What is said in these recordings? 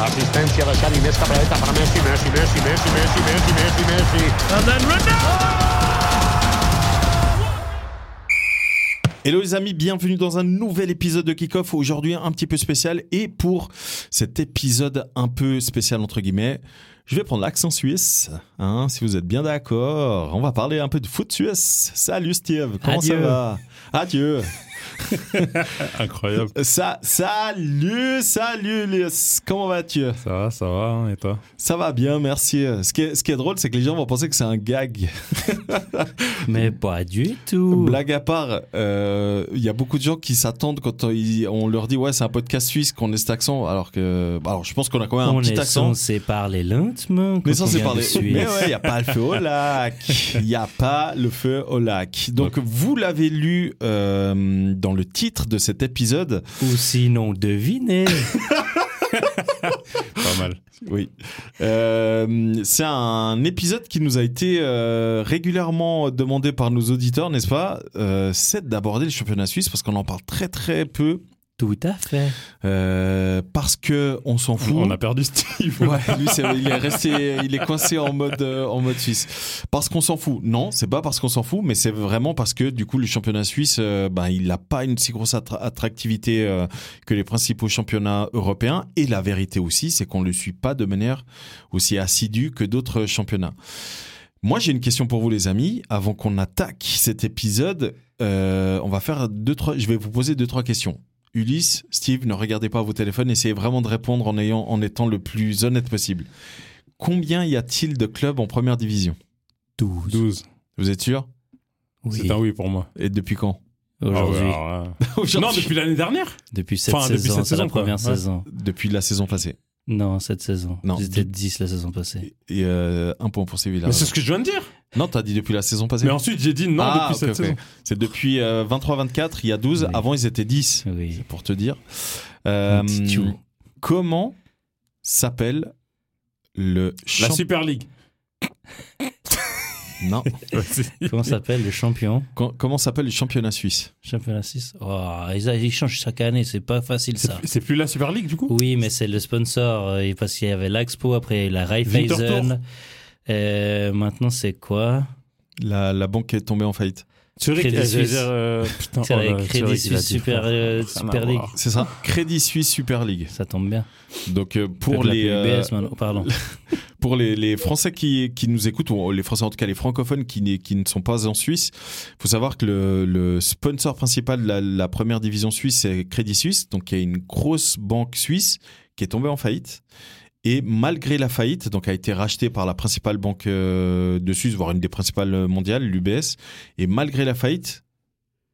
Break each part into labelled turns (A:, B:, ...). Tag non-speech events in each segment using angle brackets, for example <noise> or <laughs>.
A: Asistencia de Xavi, més cap a la dreta per Messi, Messi, Messi, Messi, Messi, Messi, Messi, Messi.
B: And then Ronaldo!
C: Hello les amis, bienvenue dans un nouvel épisode de Kickoff, aujourd'hui un petit peu spécial et pour cet épisode un peu spécial entre guillemets, je vais prendre l'accent suisse, hein, si vous êtes bien d'accord, on va parler un peu de foot suisse. Salut Steve, comment ça
D: Adieu.
C: va Adieu.
D: <laughs> Incroyable.
C: Ça, salut, salut Lies, comment vas-tu
D: Ça va, ça va, hein, et toi
C: Ça va bien, merci. Ce qui est, ce qui est drôle, c'est que les gens vont penser que c'est un gag.
E: Mais pas du tout.
C: Blague à part, euh, il y a beaucoup de gens qui s'attendent quand on, ils- on leur dit ouais c'est un podcast suisse qu'on ait cet accent alors que bah, alors je pense qu'on a quand même un
E: on
C: petit
E: est
C: accent.
E: censé parler lentement.
C: Mais
E: quand on
C: censé
E: vient de
C: parler.
E: Suisse.
C: Mais ouais, il n'y a pas le feu au lac.
E: <laughs>
C: Il n'y a pas le feu au lac. Donc, vous l'avez lu euh, dans le titre de cet épisode.
E: Ou sinon, devinez.
D: <laughs> Pas mal.
C: Oui. Euh, c'est un épisode qui nous a été euh, régulièrement demandé par nos auditeurs, n'est-ce pas Euh, C'est d'aborder le championnat suisse parce qu'on en parle très très peu.
E: tout à fait.
C: euh, parce que on s'en fout.
D: On a perdu Steve.
C: Ouais, lui, c'est- il est resté, il est coincé en mode, euh, en mode suisse. Parce qu'on s'en fout. Non, c'est pas parce qu'on s'en fout, mais c'est vraiment parce que du coup, le championnat suisse, euh, ben, il n'a pas une si grosse attra- attractivité euh, que les principaux championnats européens. Et la vérité aussi, c'est qu'on ne le suit pas de manière aussi assidue que d'autres championnats. Moi, j'ai une question pour vous, les amis. Avant qu'on attaque cet épisode, euh, on va faire deux, trois. Je vais vous poser deux, trois questions. Ulysse, Steve, ne regardez pas vos téléphones, essayez vraiment de répondre en, ayant, en étant le plus honnête possible. Combien y a-t-il de clubs en première division
E: 12.
D: 12.
C: Vous êtes sûr
E: Oui.
D: C'est un oui pour moi.
C: Et depuis
D: <laughs>
C: quand
E: Aujourd'hui.
D: Ah ouais, Ah, alors là. Non, depuis l'année dernière
E: Depuis cette
D: Enfin, depuis
E: saison.
D: cette
E: C'est la
D: saison, quoi.
E: première
D: Ouais.
E: saison.
C: Depuis la saison passée.
E: Non, cette saison.
C: Non.
E: C'était 10 la saison passée.
C: Et, et, euh, un point pour Séville.
D: Mais c'est ce que je viens de dire.
C: Non, t'as dit depuis la saison passée.
D: Mais ensuite, j'ai dit non
C: Ah,
D: depuis
C: ok,
D: cette
C: ok.
D: saison.
C: C'est depuis euh, 23-24, il y a 12.
E: Oui.
C: Avant, ils étaient 10.
E: Oui.
C: C'est pour te dire. Euh,
E: Un petit
D: <laughs>
E: tuyau.
C: comment s'appelle le
D: La
C: champ-
D: Super <laughs> League. <laughs>
C: Non.
E: Comment s'appelle le champion
C: Com- Comment s'appelle le championnat suisse
E: Championnat 6. Oh, ils, ils changent chaque année. C'est pas facile ça.
D: C'est- C'est plus la Super League du coup
E: Oui, mais c'est le sponsor. euh, et Parce qu'il y avait l'Axpo, après il y a eu la
D: Winterthur.
E: Raiffeisen. Euh, maintenant, c'est quoi
C: la, la banque est tombée en faillite.
D: Zurich,
E: Crédit
D: euh, je veux
E: Suisse.
D: dire, euh, putain,
E: C'est
D: oh
E: la
D: là,
E: Crédit
D: Zurich, il a
E: Suisse
D: dit,
E: Super,
D: frère,
E: euh,
D: ça m'a
E: Super League.
D: marre.
C: C'est ça Crédit Suisse Super League.
E: Ça tombe bien.
C: Donc euh,
E: Faites
C: pour
E: de la
C: les,
E: pub
C: euh,
E: UBS, maintenant. Oh, pardon.
C: pour les, les Français qui, qui nous écoutent, ou les Français en tout cas les francophones qui, n'est- qui ne sont pas en Suisse, faut savoir que le, le sponsor principal de la, la première division suisse, c'est Crédit Suisse, donc il y a une grosse banque suisse qui est tombée en faillite. Et malgré la faillite, donc a été rachetée par la principale banque euh, de Suisse, voire une des principales euh, mondiales, l'UBS, et malgré la faillite,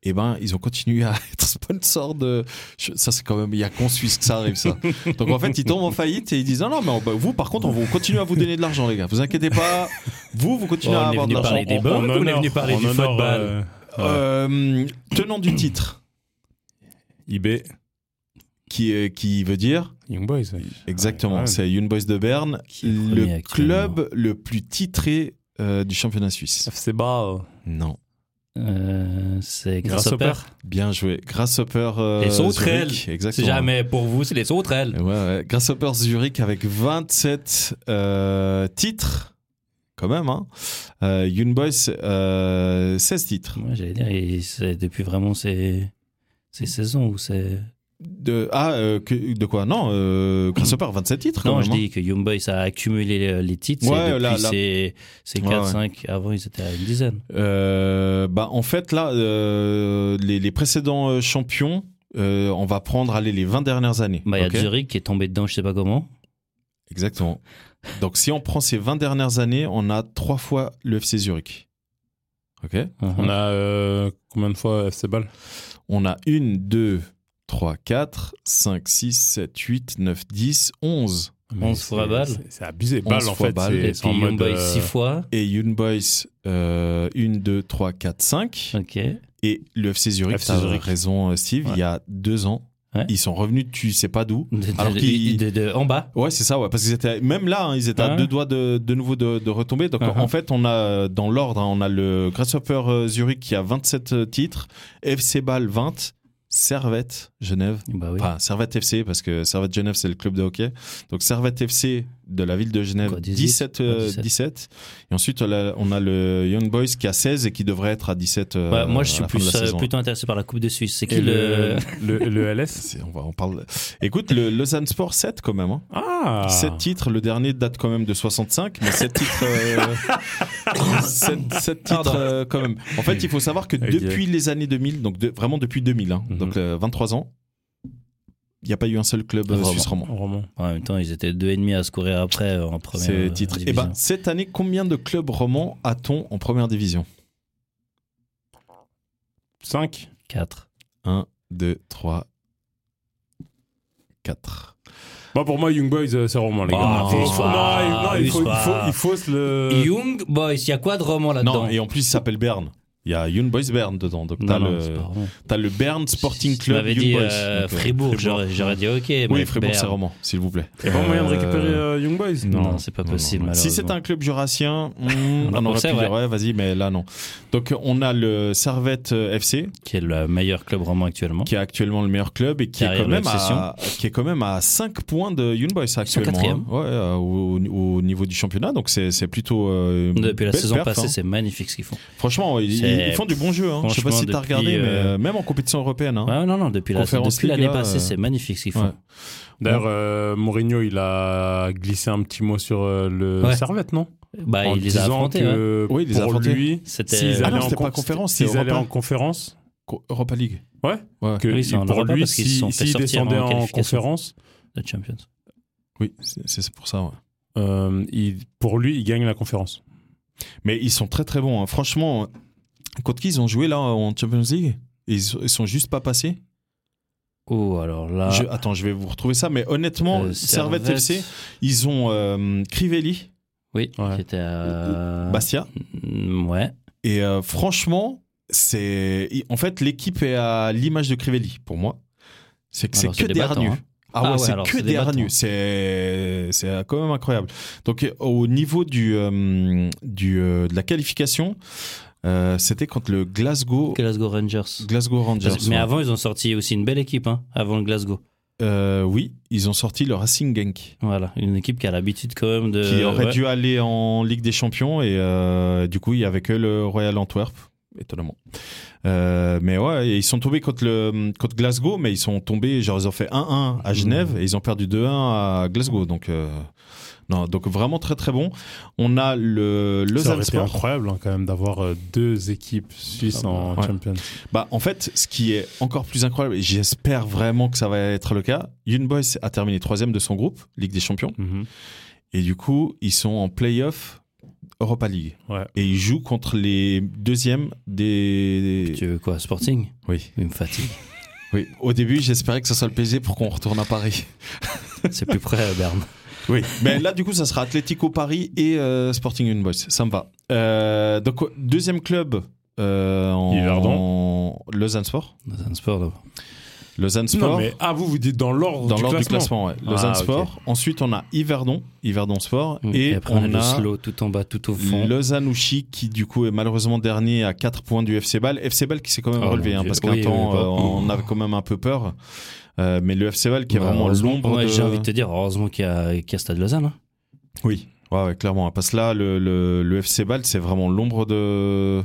C: eh ben, ils ont continué à <laughs> être sponsors de. je- Ça, c'est quand même. Il y a qu'en Suisse que ça arrive,
E: <laughs>
C: ça. Donc, en fait, ils tombent en faillite et ils disent Non, non, mais on- bah, vous, par contre, on va continuer à vous donner de l'argent, les gars. Vous inquiétez pas. Vous, vous continuez
E: Oh,
C: à
E: on est
C: avoir de
E: venu
C: l'argent.
E: parler des
C: On-
E: banques.
D: On
E: On est
D: honore-
E: venu parler
D: on
E: du
D: honore,
E: football.
D: euh,
C: Euh, tenant du titre,
D: IB.
C: qui, euh, qui veut dire.
D: Young Boys. ouais. Ah,
C: Exactement,
D: Ouais.
C: c'est Young Boys de Berne,
E: Qui est premier
C: le
E: actuellement.
C: club le plus titré euh, du championnat suisse.
D: FC Basel.
C: Non.
E: Euh, c'est grâce au
D: Grasshopper.
E: père.
C: Bien joué. Grasshopper. euh,
F: Les sauterelles.
C: Zurich,
F: C'est
C: Exactement.
F: jamais pour vous, c'est les sauterelles.
C: Ouais, ouais. Grasshopper Zurich avec 27 euh, titres, quand même. Hein. Euh, Young Boys, euh, 16 titres.
E: Moi, j'allais dire, et c'est depuis vraiment ces, ces saisons où c'est.
C: De, ah, euh, que- de quoi Non, euh, Grasshopper, 27 titres quand
E: Non,
C: même.
E: je
C: hein.
E: dis que Young Boys a accumulé les, les titres.
C: Ouais,
E: c'est depuis
C: là, là.
E: ces- ces
C: Ouais,
E: 4,
C: ouais.
E: 5. Avant, ils étaient à une dizaine.
C: Euh, bah, en fait, là, euh, les, les précédents euh, champions, euh, on va prendre allez, les 20 dernières années.
E: Bah, Il
C: ok
E: y a Zurich qui est tombé dedans, je sais pas comment.
C: Exactement. Donc, si on prend ces 20 dernières années, on a trois fois le FC Zurich. Ok
D: On a euh, combien de fois FC Ball
C: On a 1, 2, 3, 4, 5, 6, 7, 8, 9, 10, 11.
E: fois
D: Mais c'est-
E: Ball.
D: c'est- C'est abusé.
C: 11
D: Ball, en
C: fois
D: fait.
C: Ball.
D: c'est-
E: Et
D: c'est
E: puis
D: en
E: Young
D: mode.
E: Boys
D: euh,
E: 6 fois.
C: Et Young Boys, euh, 1, 2, 3, 4, 5.
E: Ok.
C: Et le FC Zurich,
D: FC
C: t'as
D: Zurich.
C: raison euh, Steve, il y a deux ans,
E: Ouais.
C: ils sont revenus, tu sais pas d'où.
E: De, de-
C: Alors
E: de-
C: qu'il-
E: de- de- en bas.
C: Ouais, c'est ça, ouais, parce qu'ils étaient, même là, hein, ils étaient à
E: Hein
C: deux doigts de, de nouveau de, de retomber. Donc
E: Uh-huh.
C: en fait, on a euh, dans euh, l'ordre, hein, on a le Grasshopper euh, Zurich qui a 27 titres, FC Bâle 20, Servette Genève.
E: Bah oui.
C: Enfin, Servette FC, parce que Servette Genève, c'est le club de hockey. Donc, Servette FC de la ville de Genève,
E: Quoi, 18,
C: 17, euh,
E: ouais,
C: 17. Et ensuite, on a- on a le Young Boys qui a 16 et qui devrait être à 17. euh,
E: Ouais, moi,
C: à
E: je suis
C: la fin de
E: plus,
C: la
E: euh,
C: saison.
E: plutôt intéressé par la Coupe de Suisse. C'est
D: Et
E: qui
D: le,
E: le.
D: le, le
C: <laughs>
D: LS
C: C'est- On va en parler. Écoute, le Lausanne Sport 7 quand même. Hein.
D: Ah
C: 7 titres, le dernier date quand même de 65, mais 7 titres,
E: <laughs>
C: euh, sept- sept titres euh, quand même. En fait, il faut savoir que
D: Ok.
C: depuis les années 2000, donc de- vraiment depuis 2000, hein,
D: Mhm.
C: donc euh, 23 ans, il n'y a pas eu un seul club euh,
E: Vraiment.
C: suisse romand.
D: Roman.
E: En même temps, ils étaient deux et demi à se courir après euh, en première.
C: C'est
E: euh,
C: titres. Et
E: division.
C: ben, cette année, combien de clubs romans a-t-on en première division
D: 5
E: Quatre.
C: 1, 2, 3, 4.
D: Bah pour moi, Young Boys, euh, c'est Roman, les gars.
E: Bah,
D: Faut-
E: non,
D: faut-
E: pas,
D: non, il- non, il faut- il
E: pas.
D: faut- il faut se le.
E: Young Boys, il y a quoi de roman là-dedans
C: euh, Non, et en plus, il s'appelle Berne. Il y a Young Boys Berne dedans. Donc, t'as
E: Non, non,
C: le,
E: c'est pas roman.
C: t'as le Berne euh, Sporting
E: Si tu
C: Club
E: m'avais
C: Young
E: dit,
C: Boys.
E: euh,
C: Donc, euh,
E: Fribourg, j'aurais j'aurais dit ok. mais
C: Oui, Fribourg,
E: Berne-
C: c'est roman, s'il vous plaît.
D: Il y a pas moyen de
C: Euh,
D: récupérer euh, Young Boys
E: Non, c'est pas possible.
C: Si
E: malheureusement.
C: c'était un club jurassien,
E: <laughs>
C: hmm,
E: Bah,
C: on
E: pour
C: aurait
E: ça,
C: pu dire ouais, vas-y, mais là non. Donc on a le Servette euh, FC
E: Qui est le meilleur club roman actuellement.
C: qui est actuellement le meilleur club et qui,
E: Qui
C: est
E: arrive
C: quand même
E: la
C: à, qui est quand même à 5 points de Young Boys actuellement.
E: quatrième.
C: hein. Ouais, euh, au, au niveau du championnat, donc c'est c'est plutôt euh, une
E: Depuis la
C: belle
E: saison
C: perf,
E: passée,
C: hein.
E: c'est magnifique ce qu'ils font.
C: Franchement, ils,
E: C'est-
C: ils font du bon jeu. Hein. Je sais pas si t'as
E: Franchement,
C: regardé,
E: depuis,
C: mais
E: euh,
C: euh, même en compétition européenne. hein.
E: Ouais, non, non, depuis la-
C: Conférence
E: depuis
C: League,
E: l'année
C: là,
E: passée,
C: euh,
E: c'est magnifique ce qu'ils
C: ouais.
E: font.
D: D'ailleurs, euh, Mourinho, il a glissé un petit mot sur euh, le
E: Ouais.
D: Servette, non
E: Bah,
D: En
E: il les a
D: disant
E: affrontés. ouais.
D: que
C: Oui, il les a
D: pour
C: affrontés.
D: lui,
E: C'était.
D: s'ils
C: Ah
D: allaient
C: non,
D: en
C: c'était pas
D: conf-
C: conférence,
D: s'ils
C: c'était
D: allaient
C: Europa.
D: en conférence,
C: Co- Europa League.
D: ouais,
C: Ouais.
D: que
E: Oui,
D: il-
E: c'est en
D: pour
E: Europa
D: lui,
E: parce qu'ils se sont fait
D: s'ils s'ils
E: sortir en
D: descendaient en
E: qualification.
D: conférence,
E: la Champions.
C: Oui, c'est- c'est pour ça. ouais.
D: euh, il- pour lui, il gagne la conférence.
C: Mais ils sont très très bons. hein. Franchement, contre qui ils ont joué là en Champions League ils, ils sont juste pas passés.
E: Oh, alors là.
C: Je- attends, je vais vous retrouver ça. Mais honnêtement,
E: euh,
C: Servette FC, ils ont euh, Crivelli,
E: Oui,
D: Ouais.
E: qui était à.
C: Bastia.
E: Mm, Ouais.
C: Et euh, franchement, c'est. i- En fait, l'équipe est à l'image de Crivelli pour moi. C'est que c'est
E: Alors,
C: que
E: des
C: des
E: battants,
C: hargneux.
E: hein.
C: Ah,
E: Ah
C: ouais,
E: ouais,
C: c'est
E: alors,
C: que
E: c'est
C: des
E: des battants.
C: hargneux. C'est c'est quand même incroyable. Donc, au niveau du, euh, du, euh, de la qualification, euh, c'était contre le Glasgow,
E: Glasgow Rangers.
C: Oh. Glasgow Rangers.
E: Parce- mais
C: ouais.
E: avant, ils ont sorti aussi une belle équipe, hein, avant le Glasgow.
C: Euh, oui, ils ont sorti le Racing Genk,
E: Voilà, une équipe qui a l'habitude quand même de.
C: qui aurait
E: Euh, ouais.
C: dû aller en Ligue des Champions et euh, du coup il y avait que le Royal Antwerp, étonnamment. Euh, mais ouais, et ils sont tombés contre le contre Glasgow, mais ils sont tombés, genre ils ont fait 1-1
E: Mmh.
C: à Genève et ils ont perdu 2-1 à Glasgow, donc. euh, non, donc vraiment très très bon. On a le
D: Ça
C: Lausanne
D: aurait été
C: Sport.
D: incroyable hein, quand même d'avoir euh, deux équipes suisses
E: Ah bah,
D: en
C: ouais.
D: Champions.
C: Bah, en fait, ce qui est encore plus incroyable, et j'espère vraiment que ça va être le cas, Young Boys a terminé troisième de son groupe, Ligue des Champions.
E: Mhm.
C: Et du coup, ils sont en playoff Europa League.
D: Ouais.
C: Et ils jouent contre les deuxièmes des.
E: Tu veux quoi, Sporting
C: Oui.
E: Il
C: <laughs>
E: me fatigue.
C: oui. Au début, j'espérais que ça soit le PSG pour qu'on retourne à Paris.
E: C'est plus près, euh, Berne.
C: Oui. Mais là, du coup, ça sera Atlético Paris et euh, Sporting Young Boys. Ça me va. Euh, donc, deuxième club euh, en,
D: Yverdon.
C: en Lausanne Sport.
E: Lausanne Sport, là.
C: Lausanne Sport.
D: Non, mais ah, vous, vous dites dans l'ordre
C: Dans
D: du
C: l'ordre du
D: classement.
C: classement, ouais. Lausanne
D: Ah, ok. Mmh.
C: Sport. Ensuite, on a Yverdon, Yverdon Sport. Et,
E: après,
C: on,
E: on a le
C: a
E: slow tout en bas, tout au fond.
C: Lausanne Ouchy qui du coup est malheureusement dernier à 4 points du FC Ball. FC Ball qui s'est quand même
E: Oh
C: relevé
E: mon
C: hein,
E: Dieu.
C: parce qu'un
E: Oui,
C: temps
E: oui,
C: euh,
E: bah,
C: on avait quand même un peu peur. Euh, mais le FC Ball qui est
E: Bah,
C: vraiment
E: heureusement-
C: l'ombre
E: ouais,
C: de...
E: J'ai envie de te dire, heureusement qu'il y a, qu'il y a Stade Lausanne. hein.
C: Oui, ouais, ouais, clairement. hein, Parce que là, le, le, le FC Ball, c'est vraiment l'ombre de...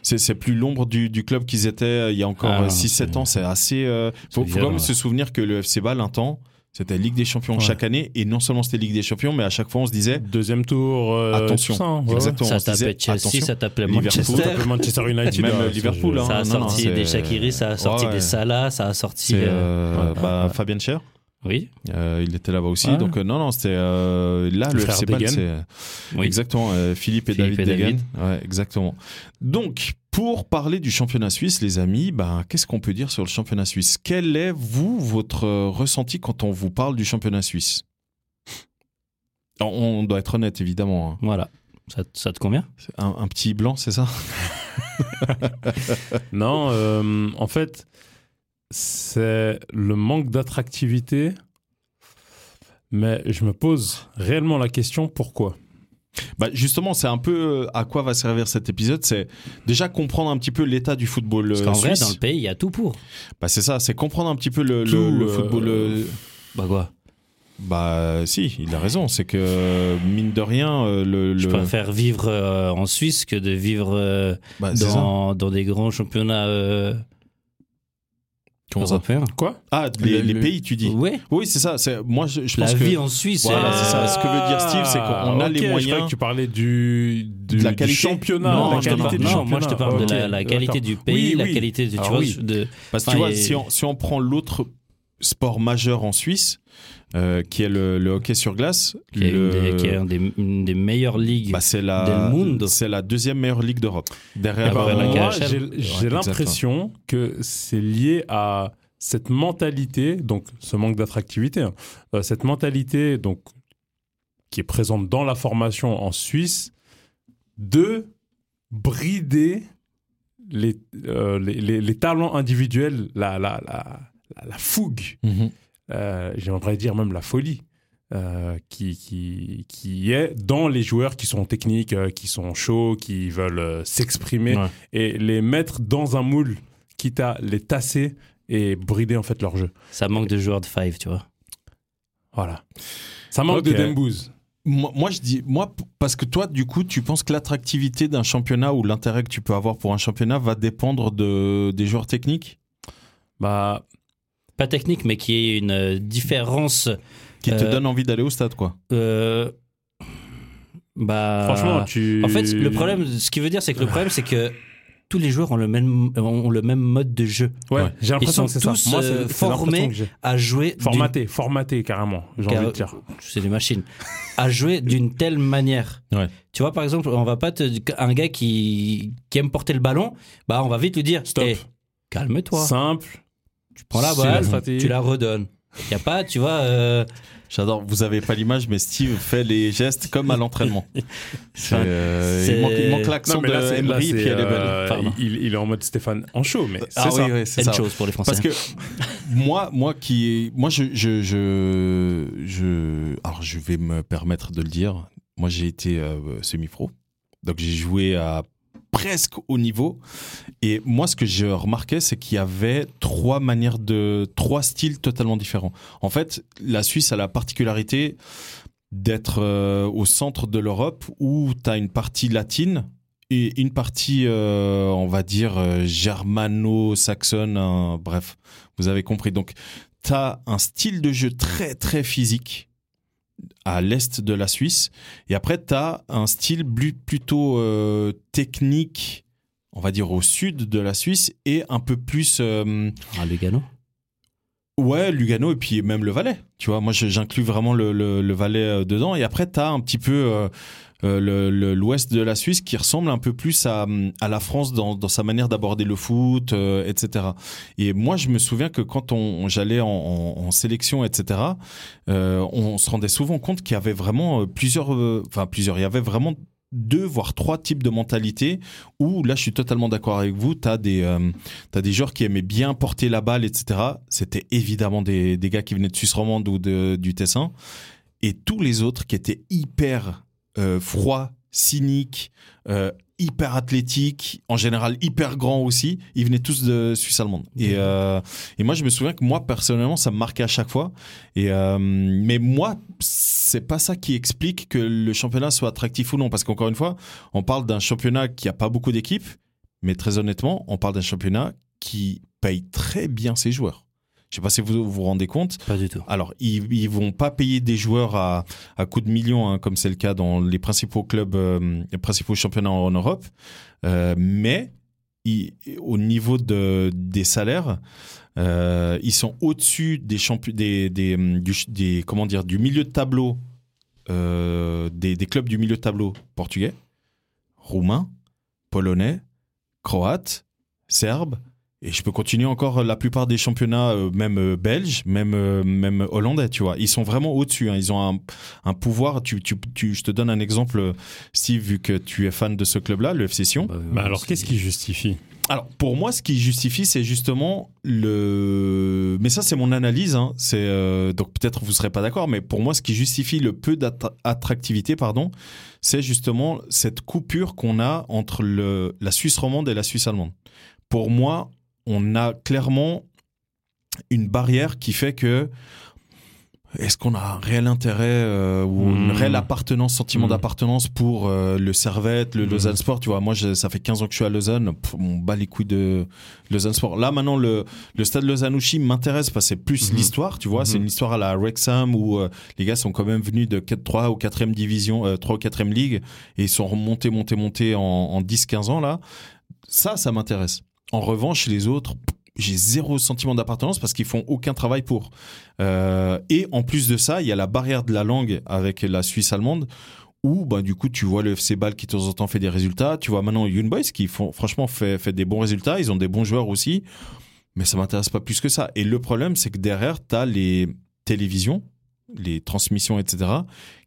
C: C'est c'est plus l'ombre du, du club qu'ils étaient il y a encore
E: Ah,
C: euh, 6-7
E: c'est-
C: ans. C'est assez... euh, faut, faut
E: violent,
C: quand même
E: ouais.
C: se souvenir que le FC Ball, un temps, c'était Ligue des Champions
D: Ouais.
C: chaque année. Et non seulement c'était Ligue des Champions, mais à chaque fois, on se disait...
D: Deuxième tour. euh,
C: Attention.
D: tout ça, hein, ouais, ouais.
C: Exactement, on
E: ça
C: se disait,
E: tapait Chelsea,
C: attention.
E: ça tapait
C: Liverpool,
D: Tout
E: Manchester.
C: <laughs>
D: simplement Manchester United.
C: Même,
D: là,
C: euh,
D: c'est-
C: Liverpool, hein.
E: Ça a
C: Non, non,
E: sorti
C: c'est-
E: des Shakiri, ça a sorti
C: Ouais, ouais.
E: des Salah, ça a sorti.
C: C'est
E: euh,
C: euh,
E: ouais.
C: bah, Fabien Cher.
E: Oui,
C: Euh, il était là-bas aussi.
E: Ouais.
C: Donc, euh, non, non, c'était euh, là, le
D: Frère
C: FC Ball,
D: Degen.
C: c'est. euh,
E: oui.
C: Exactement, euh, Philippe et
E: Philippe
C: David
E: et
C: Degen. Ouais, exactement. Donc, pour parler du championnat suisse, les amis, ben, qu'est-ce qu'on peut dire sur le championnat suisse Quel est, vous, votre euh, ressenti quand on vous parle du championnat suisse Alors, on doit être honnête, évidemment. hein.
E: Voilà. Ça, te- ça te convient
C: C'est Un, un petit blanc, c'est ça
D: Non, euh, en fait, c'est le manque d'attractivité. Mais je me pose réellement la question pourquoi
C: Bah, justement, c'est un peu euh, à quoi va servir cet épisode. C'est déjà comprendre un petit peu l'état du football
E: Parce
C: euh,
E: qu'en vrai,
C: suisse.
E: dans le pays, il y a tout pour.
C: Bah, c'est ça, c'est comprendre un petit peu le, le-
D: Tout,
C: le
D: euh,
C: football. euh,
E: Bah quoi
C: Bah, si, il a raison. C'est que, mine de rien, euh, le.
E: Je
C: le-
E: préfère vivre euh, en Suisse que de vivre euh,
C: bah, c'est ça.
E: dans, dans des grands championnats euh,
C: Comment ça
E: européens.
D: Quoi
C: Ah, les,
D: Le-
C: les
D: le-
C: pays, tu dis.
E: Ouais,
C: Oui, c'est ça. c'est- Moi, je, je
E: la
C: pense que.
E: vie en Suisse.
C: Voilà,
E: euh,
C: Eh ben, c'est ça. Ce que veut dire Steve, c'est qu'on a
D: Ah,
C: les
D: ok, je
C: moyens-
D: croyais que tu parlais du, du-
C: De la
D: du
C: qualité.
D: championnat.
E: Non,
D: de la
E: je te
D: qualité
E: parle-
D: du
E: non,
D: championnat.
E: moi je te parle
D: Ok,
E: de la, la qualité du
D: d'accord.
E: pays,
D: Oui,
E: la
D: oui.
E: qualité du. Tu
D: Ah
E: vois,
D: oui.
E: de,
C: Parce que
E: Enfin,
C: tu vois,
E: et-
C: si, on, si on prend l'autre sport majeur en Suisse, euh, qui est le, le hockey sur glace,
E: qui est,
C: le-
E: une, des, qui est une des- une des meilleures ligues.
C: bah, c'est
E: Del
C: la,
E: Mundo.
C: c'est la deuxième meilleure ligue d'Europe. Derrière
E: Après
C: euh,
E: la
D: Eh ben, moi,
E: KHL.
D: j'ai- j'ai
C: exact,
D: l'impression que c'est lié à cette mentalité, donc ce manque d'attractivité, hein, euh, cette mentalité donc qui est présente dans la formation en Suisse de brider les, euh, les, les- les talents individuels, la, la, la, la- la fougue,
C: Mhm.
D: euh, j'aimerais dire même la folie. euh, qui, qui, qui est dans les joueurs qui sont techniques, euh, qui sont chauds, qui veulent euh, s'exprimer
C: Ouais.
D: et les mettre dans un moule, quitte à les tasser et brider en fait leur jeu.
E: Ça manque de joueurs de five, tu vois.
D: Voilà. Ça manque
C: Ok.
D: de Dembouz.
C: Moi, moi, je dis, moi, p- parce que toi, du coup, tu penses que l'attractivité d'un championnat ou l'intérêt que tu peux avoir pour un championnat va dépendre de, des joueurs techniques
D: Bah,
E: Pas technique, mais qui est une euh, différence.
C: qui te
E: Euh,
C: donnent envie d'aller au stade, quoi.
E: euh, bah,
D: franchement, tu.
E: En fait,
C: Hmm.
E: le problème, ce qui veut dire, c'est que le problème, c'est que tous les joueurs ont le même, ont le même mode de jeu
D: Ouais,
C: Ouais.
D: j'ai l'impression
E: Ils
D: que c'est
E: sont
D: ça.
E: tous,
D: Moi,
E: euh,
D: c'est- c'est l'impression
E: formés.
D: que j'ai.
E: à jouer. d'une-
D: Formaté, formaté carrément, j'ai
E: Car-
D: envie de dire.
E: C'est des machines. À jouer d'une telle manière.
C: Ouais.
E: Tu vois, par exemple, on va pas te, un gars qui, qui aime porter le ballon, bah, on va vite lui dire,
D: Stop.
E: Eh, calme-toi.
D: Simple.
E: Tu prends la
D: C'est
E: balle,
D: la stratégie.
E: tu la redonnes. Y a pas, tu vois. euh,
C: J'adore. Vous avez pas l'image, mais Steve fait les gestes comme à l'entraînement. <laughs> C'est, euh,
E: c'est-
C: il manque, il manque l'accent
D: Non, mais là,
C: de
D: c'est- là,
C: Emery,
D: c'est,
C: puis elle est belle.
D: euh,
E: Pardon.
D: il, il est en mode Stéphane Anchaud, mais c'est
C: Ah
D: ça.
C: oui, oui, c'est
E: une
C: ça.
E: chose pour les Français.
C: Parce que moi, moi qui, moi je, je, je, je- alors je vais me permettre de le dire. Moi, j'ai été euh, semi-pro, donc j'ai joué à presque haut niveau. Et moi, ce que je remarquais, c'est qu'il y avait trois manières de, trois styles totalement différents. En fait, la Suisse a la particularité d'être euh, au centre de l'Europe où tu as une partie latine et une partie, euh, on va dire, euh, germano-saxonne, hein, bref, vous avez compris. Donc, tu as un style de jeu très, très physique à l'est de la Suisse, et après, tu as un style blu- plutôt euh, technique, on va dire, au sud de la Suisse, et un peu plus... euh,
E: Ah, Lugano.
C: Ouais, Lugano et puis même le Valais. Tu vois, moi je- j'inclus vraiment le, le, le Valais euh, dedans. Et après, tu as un petit peu euh, euh, le- le- l'ouest de la Suisse qui ressemble un peu plus à, hum, à la France dans, dans sa manière d'aborder le foot, euh, etc. Et moi, je me souviens que quand on, on- j'allais en, en- en sélection, etc., euh, on se rendait souvent compte qu'il y avait vraiment euh, plusieurs, euh, enfin plusieurs, il y avait vraiment deux voire trois types de mentalités où là je suis totalement d'accord avec vous tu as des euh, T'as des joueurs qui aimaient bien porter la balle, etc. C'était évidemment des, des gars qui venaient de Suisse romande ou de- du Tessin. Et tous les autres qui étaient hyper euh, froids, cyniques, euh, hyper athlétiques, en général hyper grands aussi, ils venaient tous de Suisse allemande. Et, euh, et moi, je me souviens que moi, personnellement, ça me marquait à chaque fois. Et, euh, mais moi, c'est pas ça qui explique que le championnat soit attractif ou non. Parce qu'encore une fois, on parle d'un championnat qui a pas beaucoup d'équipes. Mais très honnêtement, on parle d'un championnat qui paye très bien ses joueurs. Je sais pas si vous vous rendez compte.
E: Pas du tout.
C: Alors, ils, ils vont pas payer des joueurs à, à coups de millions, hein, comme c'est le cas dans les principaux clubs, euh, les principaux championnats en Europe. Euh, mais ils- au niveau de, des salaires, euh, ils sont au-dessus des, champi- des, des, hum, du, ch- des- comment dire, du milieu de tableau, euh, des, des clubs du milieu de tableau portugais, roumain, polonais, croate, serbe. Et je peux continuer encore la plupart des championnats, euh, même euh, belges, même, euh, même hollandais, tu vois. Ils sont vraiment au-dessus. hein. Ils ont un, un pouvoir. Tu, tu, tu- je te donne euh, un exemple, Steve, vu que tu es fan de ce club-là, le FC Sion.
E: Bah, ouais,
D: Mais alors,
E: c'est-
D: qu'est-ce qui justifie
C: Alors, pour moi, ce qui justifie, c'est justement le. Mais ça, c'est mon analyse. hein. C'est euh, donc peut-être vous serez pas d'accord, mais pour moi, ce qui justifie le peu d'attractivité, pardon, c'est justement cette coupure qu'on a entre le- la Suisse romande et la Suisse allemande. Pour moi, on a clairement une barrière qui fait que est-ce qu'on a un réel intérêt euh, ou une
D: Mhm.
C: réelle appartenance, sentiment
D: Mhm.
C: d'appartenance pour euh, le Servette, le
D: Mhm.
C: Lausanne Sport Tu vois, moi, je- ça fait 15 ans que je suis à Lausanne, pff, on bat les couilles de Lausanne Sport. Là, maintenant, le, le stade Lausanne-Ouchy m'intéresse parce que c'est plus
D: Mhm.
C: l'histoire, tu vois, c'est
D: Mhm.
C: une histoire à la Wrexham où euh, les gars sont quand même venus de 4, 3 ou 4e division, euh, 3 ou 4e ligue et ils sont remontés, montés, montés en, en 10-15 ans là. Ça, ça m'intéresse. En revanche, les autres, j'ai zéro sentiment d'appartenance parce qu'ils font aucun travail pour. Euh, et en plus de ça, il y a la barrière de la langue avec la Suisse allemande où bah, du coup tu vois le FC Bâle qui de temps en temps fait des résultats, tu vois maintenant Young Boys qui font, franchement fait, fait des bons résultats, ils ont des bons joueurs aussi, mais ça m'intéresse pas plus que ça. Et le problème c'est que derrière tu as les télévisions, les transmissions etc.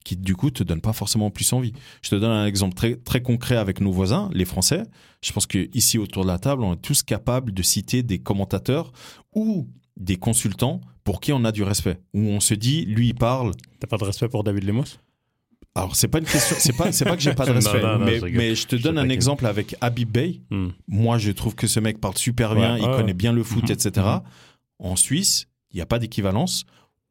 C: qui du coup te donnent pas forcément plus envie. Je te donne un exemple très, très concret avec nos voisins, les Français. Je pense que ici autour de la table, on est tous capables de citer des commentateurs ou des consultants pour qui on a du respect, où on se dit lui il parle.
D: T'as pas de respect pour David Lemos
C: Alors c'est pas une question, c'est pas c'est pas que j'ai pas de
D: <laughs> Non,
C: respect,
D: non, non,
C: mais,
D: je rigole.
C: mais je te
D: Je
C: donne
D: sais
C: un
D: pas
C: exemple avec Habib Bey.
D: Hmm.
C: Moi je trouve que ce mec parle super bien,
D: Ouais,
C: il
D: ouais,
C: connaît
D: ouais.
C: bien le foot,
D: Mhm.
C: etc. En Suisse, il n'y a pas d'équivalence.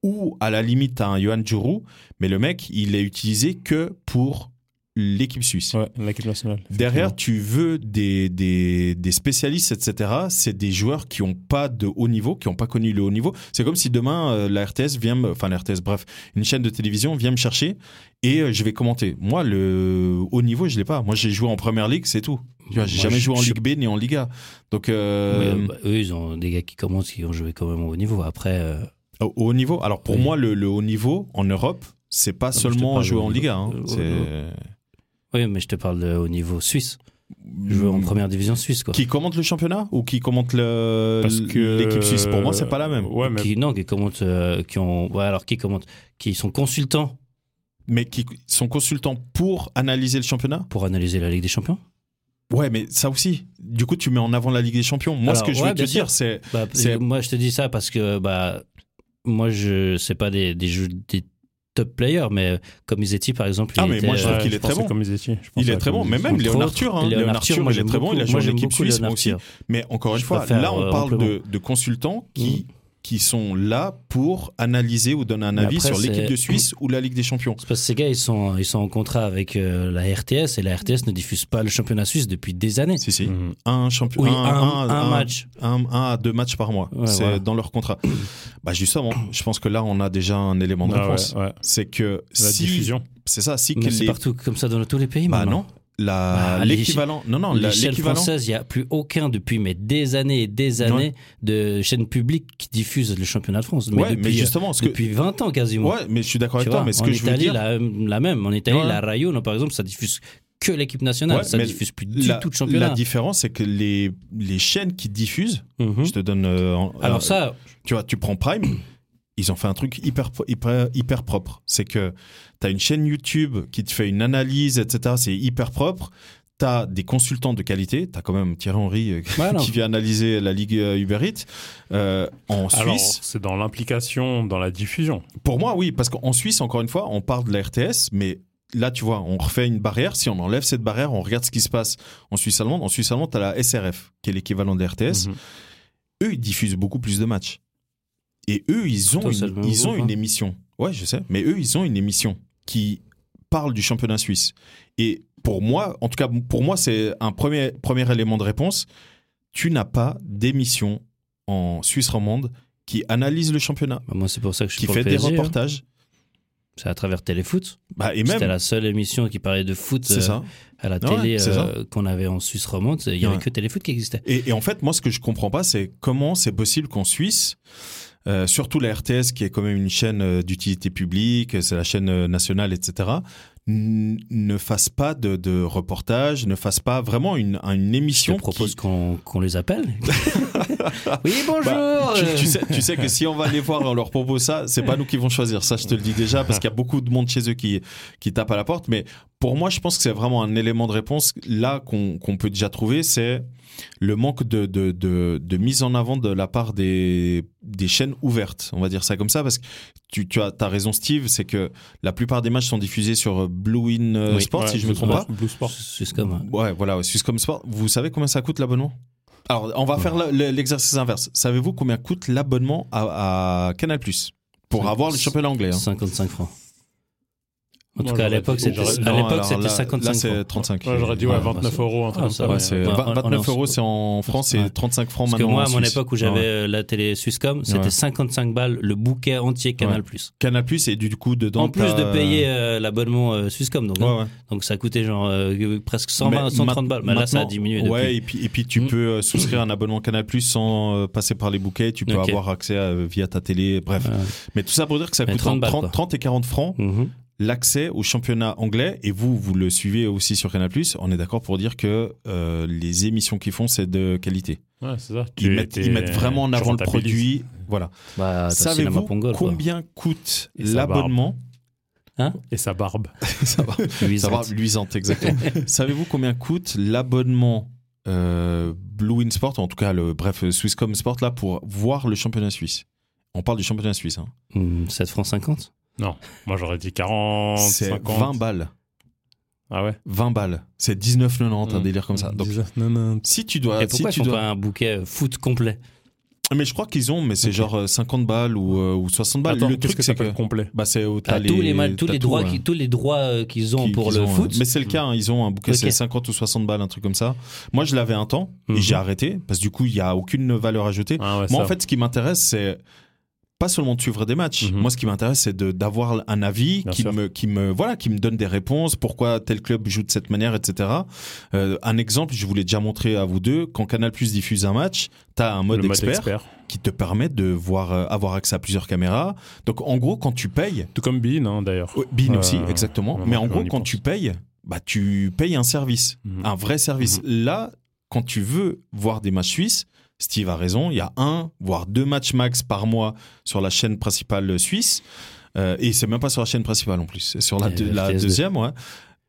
C: Ou à la limite t'as un Johan Giroud, mais le mec il est utilisé que pour l'équipe suisse.
D: Ouais, l'équipe nationale.
C: Derrière, tu veux des, des, des spécialistes, etc. C'est des joueurs qui n'ont pas de haut niveau, qui n'ont pas connu le haut niveau. C'est comme si demain, euh, la RTS vient me... Enfin, la RTS, bref, une chaîne de télévision vient me chercher et euh, je vais commenter. Moi, le haut niveau, je ne l'ai pas. Moi, j'ai joué en Première Ligue, c'est tout. Tu vois, j'ai
E: Moi,
C: jamais
E: je-
C: joué en
E: je-
C: Ligue B ni en Liga. Donc, euh,
E: Mais, euh, bah, eux, ils ont des gars qui commencent, qui ont joué quand même au haut niveau. Après, euh,
C: au haut niveau. Alors, pour
E: Oui. Ah,
C: moi, le, le haut niveau, en Europe, c'est pas
E: je te
C: seulement
E: parle
C: jouer
E: au
C: en
E: niveau- euh,
C: Liga. hein.
E: au- au-
C: C'est-
E: oui, mais je te parle de haut niveau suisse. Je veux en première division suisse, quoi.
C: Mm. Qui commente le championnat ou qui commente le-
D: Parce que-
C: l'équipe suisse Pour moi, c'est pas la même.
D: Ouais, mais
E: Qui- non, qui commentent, euh, qui ont, ouais, alors qui commentent, qui sont consultants euh,
C: mais qui sont consultants pour analyser le championnat
E: pour analyser la Ligue des Champions.
C: Ouais, mais ça aussi. Du coup, tu mets en avant la Ligue des Champions. Moi,
E: Alors,
C: ce que je
E: ouais,
C: veux te
E: bien
C: dire, c'est.
E: Bah,
C: C'est-
E: Moi, je te dis ça parce que bah, moi, je sais pas des, des, jeux- des top players, mais comme Izetti, par exemple.
C: Ah,
E: il
C: mais
E: était,
C: moi, je
E: euh,
C: trouve qu'il
D: je
C: est très
D: pensais
C: bon.
D: comme Izeti, je pensais
C: Il est
D: à
C: très
D: comme
C: bon, mais
D: Izeti.
C: même
E: entre
C: Léon
E: autres,
C: Arthur, hein.
E: Léon
C: Léon
E: Arthur,
C: Arthur,
E: moi,
C: il est
E: j'aime
C: très bon, il a
E: beaucoup.
C: joué
E: Moi,
C: en
E: j'aime
C: équipe
E: beaucoup Léon
C: suisse, moi aussi.
E: Arthur.
C: Mais encore une
E: Je
C: fois,
E: préfère,
C: là, on
E: euh,
C: parle de,
E: amplement.
C: de consultants qui, qui sont là pour analyser ou donner un
E: Mais
C: avis
E: après,
C: sur l'équipe
E: c'est- Mm.
C: de Suisse ou la Ligue des Champions.
E: C'est parce que ces gars, ils sont, ils sont en contrat avec euh, la RTS et la RTS ne diffuse pas le championnat suisse depuis des années.
C: Si, si.
D: Mhm.
C: Un champion.
E: Oui, un, un match.
C: un, un à deux matchs par mois.
E: Ouais,
C: c'est
E: voilà.
C: dans leur
E: <clears throat>
C: contrat. Bah justement, je pense que là, on a déjà un élément de
D: Ah ouais,
C: réponse.
D: ouais.
C: C'est que
D: La
C: si-
D: diffusion.
C: c'est ça, si
E: Mais
C: que
E: c'est
C: les-
E: partout comme ça dans tous les pays.
C: bah
E: maintenant.
C: non, la
E: Bah,
C: l'équivalent, non non, Oh, la-
E: L'échelle
C: l'équivalent.
E: française, il n'y a plus aucun depuis mais des années et des années de chaînes publiques qui diffusent le championnat de France. Mais
C: ouais,
E: depuis,
C: mais
E: euh,
C: justement, ce que
E: depuis 20 ans quasiment.
C: ouais, mais je suis d'accord
E: Tu
C: avec toi,
E: vois,
C: mais ce
E: en
C: que je veux
E: Italie,
C: dire,
E: la, la même. En Italie,
C: Ouais.
E: la Rayona, par exemple, ça diffuse que l'équipe nationale.
C: Ouais,
E: ça
C: mais
E: diffuse plus du
C: la-
E: tout de
C: la
E: championnat.
C: différence, c'est que les les chaînes qui diffusent,
E: Mhm.
C: je te donne, euh, en- euh, <laughs>
E: Alors ça,
C: tu vois, tu prends Prime, <clears throat> ils ont fait un truc hyper, hyper, hyper propre. C'est que tu as une chaîne YouTube qui te fait une analyse, etc. C'est hyper propre. Tu as des consultants de qualité. Tu as quand même Thierry Henry euh, <laughs>
E: Ouais, non.
C: qui vient analyser la Ligue euh, Uber Eats. Euh, en Suisse,
D: Alors, c'est dans l'implication, dans la diffusion.
C: pour moi, oui, parce qu'en Suisse, encore une fois, on parle de la RTS, mais là, tu vois, on refait une barrière. Si on enlève cette barrière, on regarde ce qui se passe en Suisse allemande. En Suisse allemande, tu as la SRF, qui est l'équivalent de la RTS
D: Mhm.
C: eux, ils diffusent beaucoup plus de matchs. Et eux, ils ont,
E: Toi, ça
C: une,
E: le
C: ils ont
E: groupe,
C: une
E: hein.
C: émission. Ouais, je sais. Mais eux, ils ont une émission qui parle du championnat suisse. Et pour moi, en tout cas, pour moi, c'est un premier, premier élément de réponse. Tu n'as pas d'émission en Suisse romande qui analyse le championnat,
E: bah, moi c'est pour ça que je suis
C: qui
E: pour
C: fait
E: le
C: des
E: PSG, hein.
C: reportages.
E: C'est à travers Téléfoot.
C: Bah, et
E: C'était
C: même,
E: la seule émission qui parlait de foot
C: c'est
E: euh,
C: ça.
E: à la
C: Ah ouais,
E: télé
C: c'est ça.
E: euh, qu'on avait en Suisse romande. Il n'y avait
C: Ouais.
E: que Téléfoot qui existait.
C: Et, et en fait, moi, ce que je comprends pas, c'est comment c'est possible qu'en Suisse, euh, surtout la RTS, qui est quand même une chaîne euh, d'utilité publique, euh, c'est la chaîne euh, nationale, etc., n- ne fasse pas de, de reportage, ne fasse pas vraiment une, une
E: Je
C: émission.
E: te propose
C: qui-
E: qu'on qu'on les appelle. <laughs> oui, bonjour.
C: Bah, tu,
E: euh,
C: tu sais, tu sais que si on va les voir et on leur propose ça, c'est pas nous qui vont choisir. Ça, je te le dis déjà, parce qu'il y a beaucoup de monde chez eux qui, qui tape à la porte. Mais pour moi, je pense que c'est vraiment un élément de réponse là qu'on qu'on peut déjà trouver. C'est le manque de, de, de, de mise en avant de la part des, des chaînes ouvertes. On va dire ça comme ça, parce que tu, tu as, as raison, Steve, c'est que la plupart des matchs sont diffusés sur Blue In euh,
E: Oui.
C: Sport,
D: Ouais,
C: si je me
D: Blue
C: trompe pas.
D: Sport, Blue Sport.
E: C'est comme. euh,
C: Ouais, voilà, ouais, Swisscom Sport. Vous savez combien ça coûte l'abonnement Alors, on va faire le- le- l'exercice inverse. Savez-vous combien coûte l'abonnement à, à Canal Plus pour
E: Cinq-
C: avoir le championnat anglais hein
E: 55 francs. En
D: Moi,
E: tout cas, à
D: j'aurais
E: l'époque,
D: dit-
E: c'était
D: j'aurais-
E: à
C: Non,
E: l'époque,
C: alors
E: c'était
C: là-
E: 55
C: Là,
E: francs.
C: c'est 35.
D: Ouais, J'aurais dit ouais,
E: Ouais,
D: 29
E: bah,
D: euros, un truc
E: ah,
D: comme
E: ça
D: ça.
E: va,
D: ouais.
C: Ouais, c'est
E: Ouais, on- on
C: 29
E: est en-
C: euros, c'est en France et
E: Ouais.
C: 35 francs
E: Parce que
C: maintenant.
E: moi,
C: en
E: à mon
C: Suisse.
E: époque où j'avais
C: Ouais.
E: euh, la télé Swisscom, c'était
C: Ouais.
E: 55 balles le bouquet entier Canal+.
C: Canal Plus et du coup dedans.
E: en plus
C: t'as-
E: de payer euh, l'abonnement euh, Swisscom, donc,
C: Ouais,
E: hein.
C: ouais.
E: donc ça coûtait genre euh, presque 120,
C: Mais
E: 130
C: mat-
E: balles. Mais là, ça a
C: maintenant-
E: diminué depuis.
C: Ouais, et puis, et puis tu
E: Mm.
C: peux euh, souscrire un abonnement Canal Plus sans euh, passer par les bouquets. Tu peux
E: Ok.
C: avoir accès à- via ta télé. Bref.
E: Ouais.
C: Mais tout ça pour dire que ça
E: Mais
C: coûte
E: 30
C: entre
E: balles,
C: 30,
E: quoi.
C: 30 et 40 francs
E: Mhm.
C: l'accès au championnat anglais. Et vous, vous le suivez aussi sur Canal Plus. On est d'accord pour dire que euh, les émissions qu'ils font, c'est de qualité.
D: Ouais, c'est ça.
C: Ils
D: Tu-
C: mettent,
D: t'es-
C: ils mettent vraiment en
D: tu
C: avant le
D: rentabilises.
C: produit. Voilà.
E: Bah, attends, cinéma
C: Savez-vous
E: pongol, quoi.
C: combien coûte
D: Et sa barbe.
E: <laughs>
C: l'abonnement
D: Et sa barbe.
C: Ça va. Ça va,
E: Luisante.
C: luisante,
E: <laughs>
C: exactement. Savez-vous combien coûte l'abonnement euh, Blue in Sport, en tout cas, le, bref, euh, Swisscom Sport, là, pour voir le championnat suisse On parle du championnat suisse. hein.
E: Hmm, 7 francs 50
D: Moi, j'aurais dit 40,
C: C'est
D: 50.
C: 20 balles.
D: Ah ouais
C: 20 balles. C'est 19,90, un
D: Mm.
C: délire comme ça. Donc,
D: 19, non, non.
C: si tu dois.
E: Mmh. Et pourquoi
C: Bah, si
E: ils
C: tu
E: font
C: dois...
E: pas un bouquet euh, foot complet
C: Mais je crois qu'ils ont, mais c'est
E: Ok.
C: genre euh, 50 balles ou, euh, ou 60 balles.
D: Attends,
C: le
D: qu'est-ce
C: truc,
D: que
C: c'est
D: ça peut
C: que.
D: complet
C: Bah, c'est au- t'as
E: Ah, tous les, ma- tous
C: t'as
E: les
C: tout,
E: droits
C: hein,
E: qui- tous les droits euh, qu'ils ont
C: qui-
E: pour
C: qu'ils
E: le
C: ont, euh,
E: foot
C: Mais c'est le cas, hein, ils ont un bouquet, c'est
E: Ok.
C: 50 ou 60 balles, un truc comme ça. Moi, je l'avais un temps,
E: Mhm.
C: et j'ai arrêté, parce que du coup, il n'y a aucune valeur ajoutée.
D: Ah ouais,
C: Moi,
D: ça.
C: en fait, ce qui m'intéresse, c'est pas seulement de suivre des matchs.
D: Mhm.
C: Moi, ce qui m'intéresse, c'est de- d'avoir un avis
D: Bien
C: qui
D: sûr.
C: me, qui, me, voilà, qui me donne des réponses. Pourquoi tel club joue de cette manière, etc. Euh, un exemple, je vous l'ai déjà montré à vous deux. Quand Canal Plus diffuse un match, tu as un
D: Le
C: mode,
D: mode
C: expert, qui te permet de voir, euh, avoir accès à plusieurs caméras. Donc, en gros, quand tu payes,
D: Tout comme Bean, hein, d'ailleurs.
C: euh, Bean
D: Euh,
C: aussi, exactement.
D: non,
C: Mais
D: non,
C: en
D: on
C: gros,
D: y
C: quand
D: pense.
C: tu payes, bah, tu payes un service
D: Mhm.
C: un vrai service. Là, quand tu veux voir des matchs suisses, Steve a raison, il y a un, voire deux matchs max par mois sur la chaîne principale suisse. Euh, et c'est même pas sur la chaîne principale en plus, c'est sur la,
E: Et
C: deux-
E: le
C: la
E: FTS2.
C: deuxième. Ouais.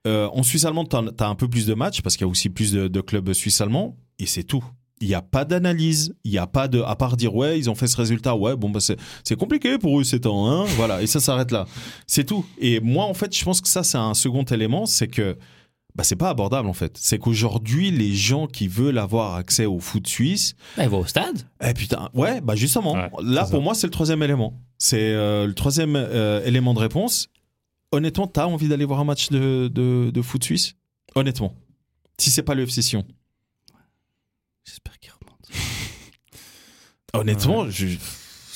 C: Euh, en Suisse allemande, tu as, un peu plus de matchs parce qu'il y a aussi plus de, de clubs suisses allemands et c'est tout. Il n'y a pas d'analyse, il n'y a pas de. À part dire, ouais, ils ont fait ce résultat, ouais, bon, bah, c'est c'est compliqué pour eux ces temps, hein. Voilà, et ça s'arrête là. C'est tout. Et moi, en fait, je pense que ça, c'est un second élément, c'est que bah, c'est pas abordable en fait. C'est qu'aujourd'hui, les gens qui veulent avoir accès au foot suisse,
E: Bah, ils vont au stade
C: eh putain, ouais, bah justement,
D: Ouais,
C: là
D: c'est
C: pour
D: ça.
C: moi, c'est le troisième élément. C'est euh, le troisième euh, élément de réponse. Honnêtement, t'as envie d'aller voir un match de, de, de foot suisse Honnêtement. Si c'est pas le FC Sion.
E: J'espère qu'ils remontent.
C: Honnêtement, je-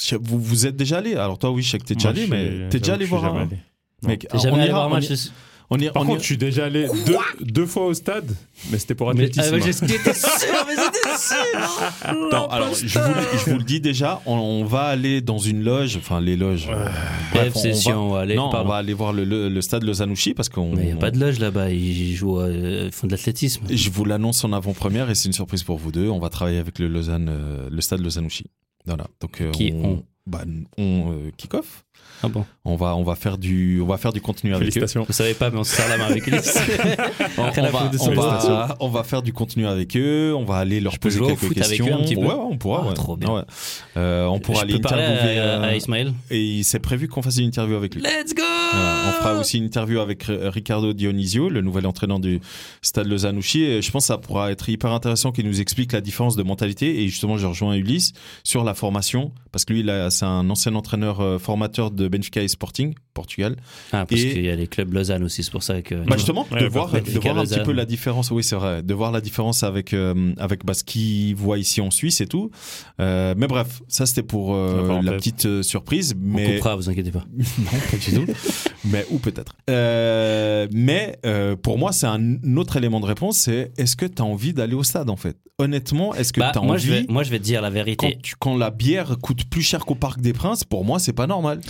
C: je- vous, vous êtes déjà allé. Alors toi, oui, je sais que t'es déjà
D: Moi,
C: allé,
D: je suis-
C: mais t'es déjà
D: j'avoue
C: allé
D: que je
C: voir hein.
D: suis
C: un.
D: jamais allé.
C: Mec,
E: T'es jamais
C: on
E: allé
C: ira-
E: voir un
C: on
E: match
C: ira-
E: de-
C: on ira-
D: Par
C: on
D: contre,
C: ira-
D: je suis déjà allé deux, deux fois au stade, mais c'était pour
E: Mais,
D: athlétisme.
E: ah, ouais, j'étais <laughs> sûr, mais j'étais sûr
C: Non, alors je vous, le- je vous le dis déjà, on, on va aller dans une loge, enfin les loges. euh, bref, on- on
E: FC
C: va-
E: Sion, allez,
C: non, on
E: pardon.
C: va aller voir le, le- le stade Lozanouchi parce qu'on.
E: Mais il n'y a pas de loge là-bas, ils jouent, euh, ils font de l'athlétisme.
C: Je vous l'annonce en avant-première et c'est une surprise pour vous deux. On va travailler avec le Lausanne, euh, le stade Lozanouchi. Voilà. Donc euh,
E: Qui ont
C: bah, on euh, kick-off.
E: Ah bon
C: On va on va faire du on va faire du contenu avec eux.
D: Félicitations.
E: Vous savez pas, mais on se serre la
C: <laughs>
E: main avec les
C: On,
E: Après la
C: on va,
E: faute de
C: on, va,
E: Solskjaer.
C: on va faire du contenu avec eux. On va aller leur
E: Je peux
C: poser
E: jouer au
C: quelques
E: foot avec
C: questions.
E: eux un petit peu
C: Ouais, ouais, on pourra.
E: Ah,
C: ouais.
E: trop bien.
C: Ouais. Euh, on pourra
E: Je
C: aller
E: peux parler
C: interviewer.
E: à, à
C: euh,
E: Ismaël
C: et il s'est prévu qu'on fasse une interview avec lui.
E: Let's go
C: Voilà. Euh, On fera aussi une interview avec R- Ricardo Dionisio, le nouvel entraîneur du Stade Lozanouchi. Et je pense que ça pourra être hyper intéressant qu'il nous explique la différence de mentalité. Et justement, je rejoins Ulysse sur la formation, parce que lui, il a- c'est un ancien entraîneur euh, formateur de Benfica et Sporting, Portugal.
E: Ah, parce
C: Et-
E: qu'il y a les clubs Lausanne aussi, c'est pour ça que.
C: Bah justement,
D: Ouais,
C: de,
D: bah,
C: voir,
E: Benfica,
C: de voir un petit
E: Lausanne.
C: peu la différence, oui c'est vrai, de voir la différence avec, euh, avec bah, ce qu'il voit ici en Suisse et tout. Euh, mais bref, ça c'était pour euh,
D: La parenthèse.
C: la petite euh, surprise.
E: on
C: Mais
E: coupera, vous inquiétez pas.
C: non, pas du tout. mais ou peut-être. Euh, mais euh, pour moi, c'est un autre élément de réponse, c'est est-ce que tu as envie d'aller au stade en fait Honnêtement, est-ce que
E: Bah,
C: tu as
E: moi,
C: envie
E: je vais, moi, je vais te dire la
C: quand,
E: vérité.
C: tu- quand la bière coûte plus cher qu'au Parc des Princes, pour moi, c'est pas normal.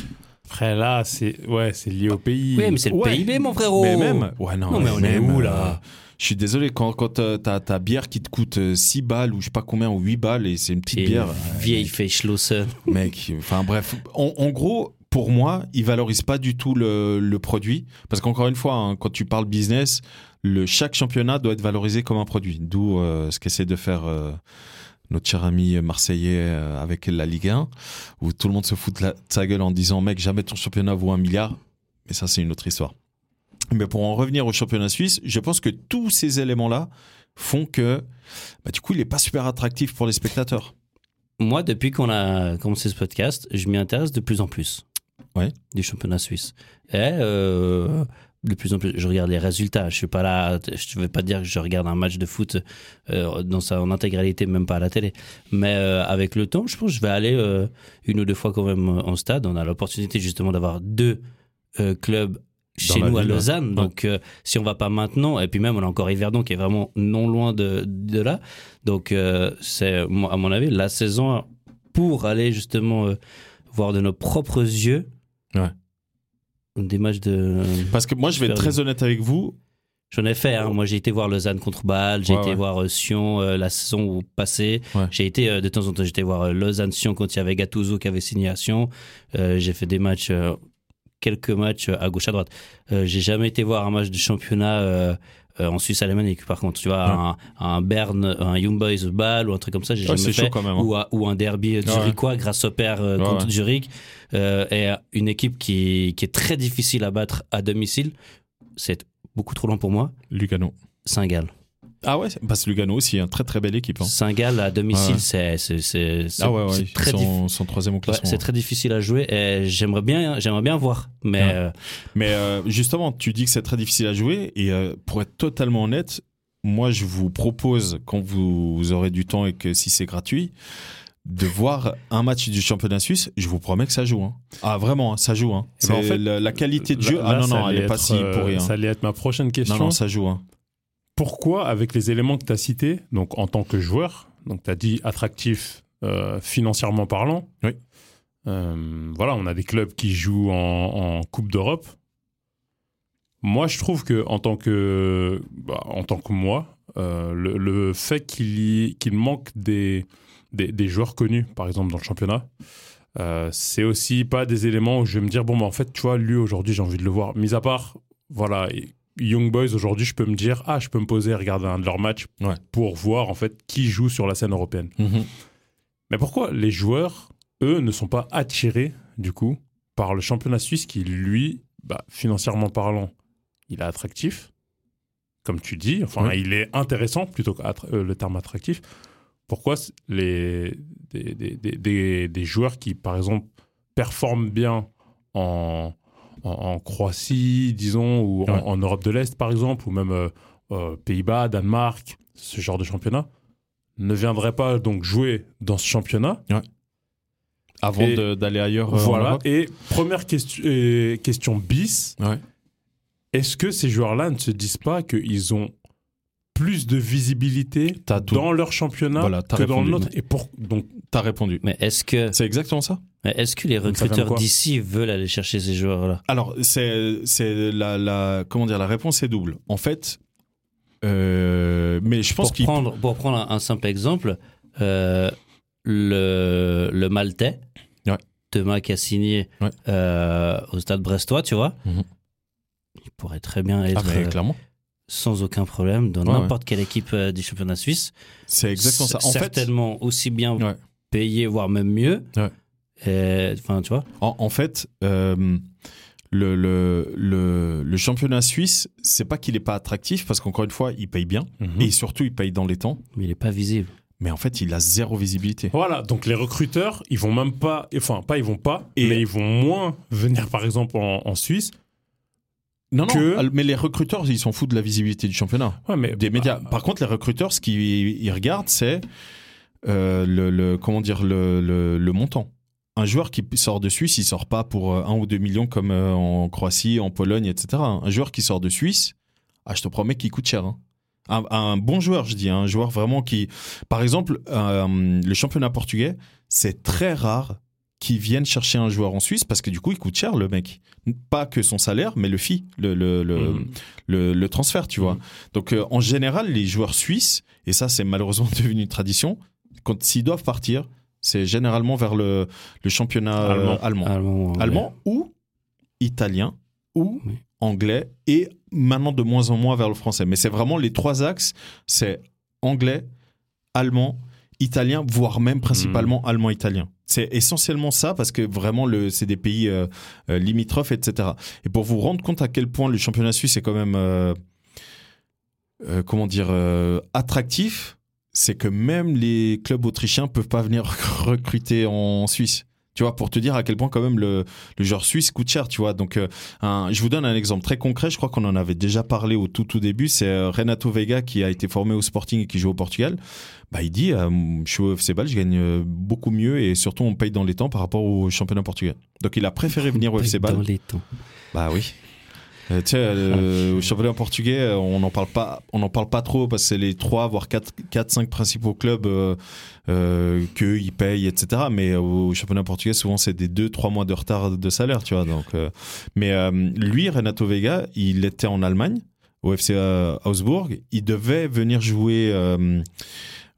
D: Après, là, c'est ouais, c'est lié au pays.
E: Oui, mais c'est le
C: Ouais.
E: PIB, mon frérot
C: Mais même, ouais non,
E: Oh. Non, mais on est
C: même,
E: où,
C: euh,
E: là
C: Je suis désolé quand quand euh, t'as ta bière qui te coûte euh, 6 balles ou je sais pas combien ou 8 balles et c'est une petite
E: Et
C: bière.
E: le Vieille Fechlosse.
C: Mec, enfin bref, en, en gros, pour moi, ils valorisent pas du tout le, le produit. Parce qu'encore une fois, hein, quand tu parles business, le, chaque championnat doit être valorisé comme un produit. D'où euh, ce qu'essaie de faire euh, notre cher ami marseillais euh, avec la Ligue 1, où tout le monde se fout de, la, de sa gueule en disant mec, jamais ton championnat vaut un milliard. Mais ça, c'est une autre histoire. Mais pour en revenir au championnat suisse, je pense que tous ces éléments-là font que, bah, du coup, il n'est pas super attractif pour les spectateurs.
E: Moi, depuis qu'on a commencé ce podcast, je m'y intéresse de plus en plus.
C: Ouais.
E: Du championnat suisse. Et euh, de plus en plus, je regarde les résultats. Je suis pas là. Je vais pas dire que je regarde un match de foot euh, dans sa en intégralité, même pas à la télé. Mais euh, avec le temps, je pense que je vais aller euh, une ou deux fois quand même euh, en stade. On a l'opportunité justement d'avoir deux euh, clubs chez
C: la
E: nous à
C: ville, ouais.
E: Lausanne.
C: Ouais.
E: Donc euh, si on va pas maintenant, et puis même on a encore Yverdon qui est vraiment non loin de, de là. Donc euh, c'est moi, à mon avis la saison pour aller justement euh, voir de nos propres yeux
C: Ouais.
E: des matchs de.
C: Parce que moi, je vais être très honnête avec vous.
E: J'en ai fait. hein. Moi, j'ai été voir Lausanne contre Bâle. J'ai
C: Oh. Ouais,
E: été
C: ouais.
E: voir euh, Sion euh, la saison passée.
C: Ouais.
E: J'ai été euh, de temps en temps. J'étais voir euh, Lausanne Sion quand il y avait Gattuso qui avait signé à Sion. Euh, j'ai fait des matchs, euh, quelques matchs euh, à gauche à droite. Euh, j'ai jamais été voir un match de championnat. euh, euh, en Suisse alémanique, par contre, tu vois, un, un Berne, un Young Boys Bâle ou un truc comme
D: Oh,
E: ça, j'ai
C: Ouais,
E: jamais
C: c'est chaud
E: fait.
C: quand même. hein.
E: Ou, à- ou un derby zurichois grâce au père euh,
C: Ouais,
E: contre
C: ouais.
E: Zurich euh, et à une équipe qui, qui est très difficile à battre à domicile. C'est beaucoup trop long pour moi.
C: Lugano.
E: Saint-Gall.
C: Ah ouais, parce que Lugano aussi, une très très belle équipe. hein.
E: Saint-Gall à domicile,
C: Ouais.
E: c'est c'est- c'est- c'est-
C: Ah ouais,
E: c'est
C: ouais,
E: très,
C: ils
E: dif-
C: sont, sont troisième au
E: ouais,
C: classement. hein.
E: c'est très difficile à jouer et j'aimerais bien, j'aimerais bien voir. Mais
C: Ouais.
E: euh,
C: Mais euh, justement, tu dis que c'est très difficile à jouer. Et euh, pour être totalement honnête, moi, je vous propose, quand vous, vous aurez du temps et que si c'est gratuit, de voir un match du championnat suisse. Je vous promets que ça joue. hein. Ah, vraiment, hein, ça joue. hein.
D: Eh ben, en
C: C'est
D: fait,
C: la, la qualité de
D: Là-
C: jeu, ah
D: là,
C: non,
D: ça
C: non, elle
D: allait
C: n'est pas
D: être,
C: si
D: euh,
C: pourrie. hein.
D: Ça allait être ma prochaine question.
C: Non, non, ça joue. hein.
D: Pourquoi, avec les éléments que tu as cités, donc en tant que joueur, donc tu as dit attractif euh, financièrement parlant.
C: Oui.
D: Euh, voilà, on a des clubs qui jouent en, en Coupe d'Europe. Moi, je trouve que en tant que, bah, en tant que moi, euh, le, le fait qu'il y- qu'il manque des, des, des joueurs connus, par exemple dans le championnat, euh, c'est aussi pas des éléments où je vais me dire bon, bah, en fait, tu vois, lui aujourd'hui, j'ai envie de le voir. Mis à part, voilà, Young Boys aujourd'hui, je peux me dire ah, je peux me poser et regarder un de leurs matchs
C: Ouais.
D: pour voir en fait qui joue sur la scène européenne. Mais pourquoi les joueurs, eux, ne sont pas attirés, du coup, par le championnat suisse qui, lui, bah, financièrement parlant, il est attractif, comme tu dis, enfin,
C: Oui.
D: il est intéressant plutôt que attra- euh, le terme attractif. Pourquoi c- les, des, des- des- des- des joueurs qui, par exemple, performent bien en, en, en Croatie, disons, ou en,
C: Ouais.
D: en Europe de l'Est, par exemple, ou même euh, euh, Pays-Bas, Danemark, ce genre de championnat, ne viendraient pas donc jouer dans ce championnat
C: Avant
D: Et
C: de- d'aller ailleurs. euh, en
D: voilà.
C: Europe.
D: Et première question, et question bis.
C: Ouais.
D: Est-ce que ces joueurs-là ne se disent pas qu'ils ont plus de visibilité
C: T'as tout.
D: dans leur championnat
C: Voilà,
D: que
C: t'as
D: dans le
C: répondu.
D: nôtre Et pour donc
C: T'as répondu.
E: mais est-ce que
C: C'est exactement ça.
E: mais est-ce que les
D: Donc, ça vient de
E: recruteurs
D: quoi
E: d'ici veulent aller chercher ces joueurs-là
C: Alors, c'est, c'est la, la- comment dire, la réponse est double. En fait, euh, mais je pense
E: pour
C: qu'il.
E: prendre, pour prendre un, un simple exemple, euh, le, le Maltais,
C: Ouais.
E: Thomas qui a signé
C: Ouais.
E: euh, au stade brestois, tu vois,
C: Mhm.
E: il pourrait très bien
C: Ah,
E: être
C: mais
E: euh,
C: clairement.
E: sans aucun problème dans
C: Ouais,
E: n'importe quelle équipe euh, du championnat suisse.
C: C'est exactement ça. En fait,
E: certainement aussi bien
C: Ouais.
E: payé, voire même mieux.
C: Ouais.
E: Et, Enfin, tu vois.
C: en, en fait euh, le, le, le, le championnat suisse, c'est pas qu'il est pas attractif, parce qu'encore une fois, il paye bien, et surtout, il paye dans les temps,
E: Mais il n'est pas visible.
C: mais en fait, il a zéro visibilité.
D: Voilà, donc les recruteurs, ils vont même pas, enfin pas ils vont pas,
C: Et-
D: mais ils vont moins venir par exemple en, en Suisse.
C: Non, non,
D: Que-
C: mais les recruteurs, ils s'en foutent de la visibilité du championnat.
D: Ouais, mais
C: Des médias. Par contre, les recruteurs, ce qu'ils ils regardent, c'est euh, le, le- comment dire le, le- le montant. Un joueur qui sort de Suisse, il sort pas pour 1 ou 2 millions comme euh, en Croatie, en Pologne, etc. Un joueur qui sort de Suisse, ah, je te promets qu'il coûte cher. hein. Un, un bon joueur, je dis, hein, un joueur vraiment qui, par exemple, euh, le championnat portugais, c'est très rare qu'ils viennent chercher un joueur en Suisse parce que du coup, il coûte cher le mec. Pas que son salaire, mais le fee, le, le- le-
D: Mhm.
C: le, le transfert, tu vois.
D: Mhm.
C: Donc euh, en général, les joueurs suisses, et ça c'est malheureusement <laughs> devenu une tradition, quand s'ils doivent partir, c'est généralement vers le, le championnat euh,
D: Allemand.
C: allemand,
E: Allemand. ouais.
C: Allemand ou italien ou
E: Oui.
C: anglais et maintenant de moins en moins vers le français. Mais c'est vraiment les trois axes, c'est anglais, allemand, italien, voire même principalement allemand-italien. C'est essentiellement ça parce que vraiment le, c'est des pays euh, euh, limitrophes, etc. Et pour vous rendre compte à quel point le championnat suisse est quand même, euh, euh, comment dire, euh, attractif, c'est que même les clubs autrichiens peuvent pas venir <laughs> recruter en Suisse. Tu vois, pour te dire à quel point quand même le, le joueur suisse coûte cher, tu vois. Donc, euh, un- je vous donne un exemple très concret. Je crois qu'on en avait déjà parlé au tout tout début. C'est euh, Renato Vega qui a été formé au Sporting et qui joue au Portugal. Bah, il dit, euh, je suis au FC Bâle, je gagne euh, beaucoup mieux et surtout on paye dans les temps par rapport au championnat portugais. Donc, il a préféré venir au FC Bâle.
E: Dans les temps.
C: Bah oui. Euh, tu sais, euh, au championnat portugais, euh, on n'en parle pas, on n'en parle pas trop parce que c'est les trois, voire quatre, quatre, cinq principaux clubs euh, euh, qu'eux, ils payent, etc. Mais au championnat portugais, souvent c'est des deux, trois mois de retard de salaire, tu vois. Donc, euh, mais euh, lui, Renato Vega, il était en Allemagne au FC euh, Augsbourg. Il devait venir jouer euh,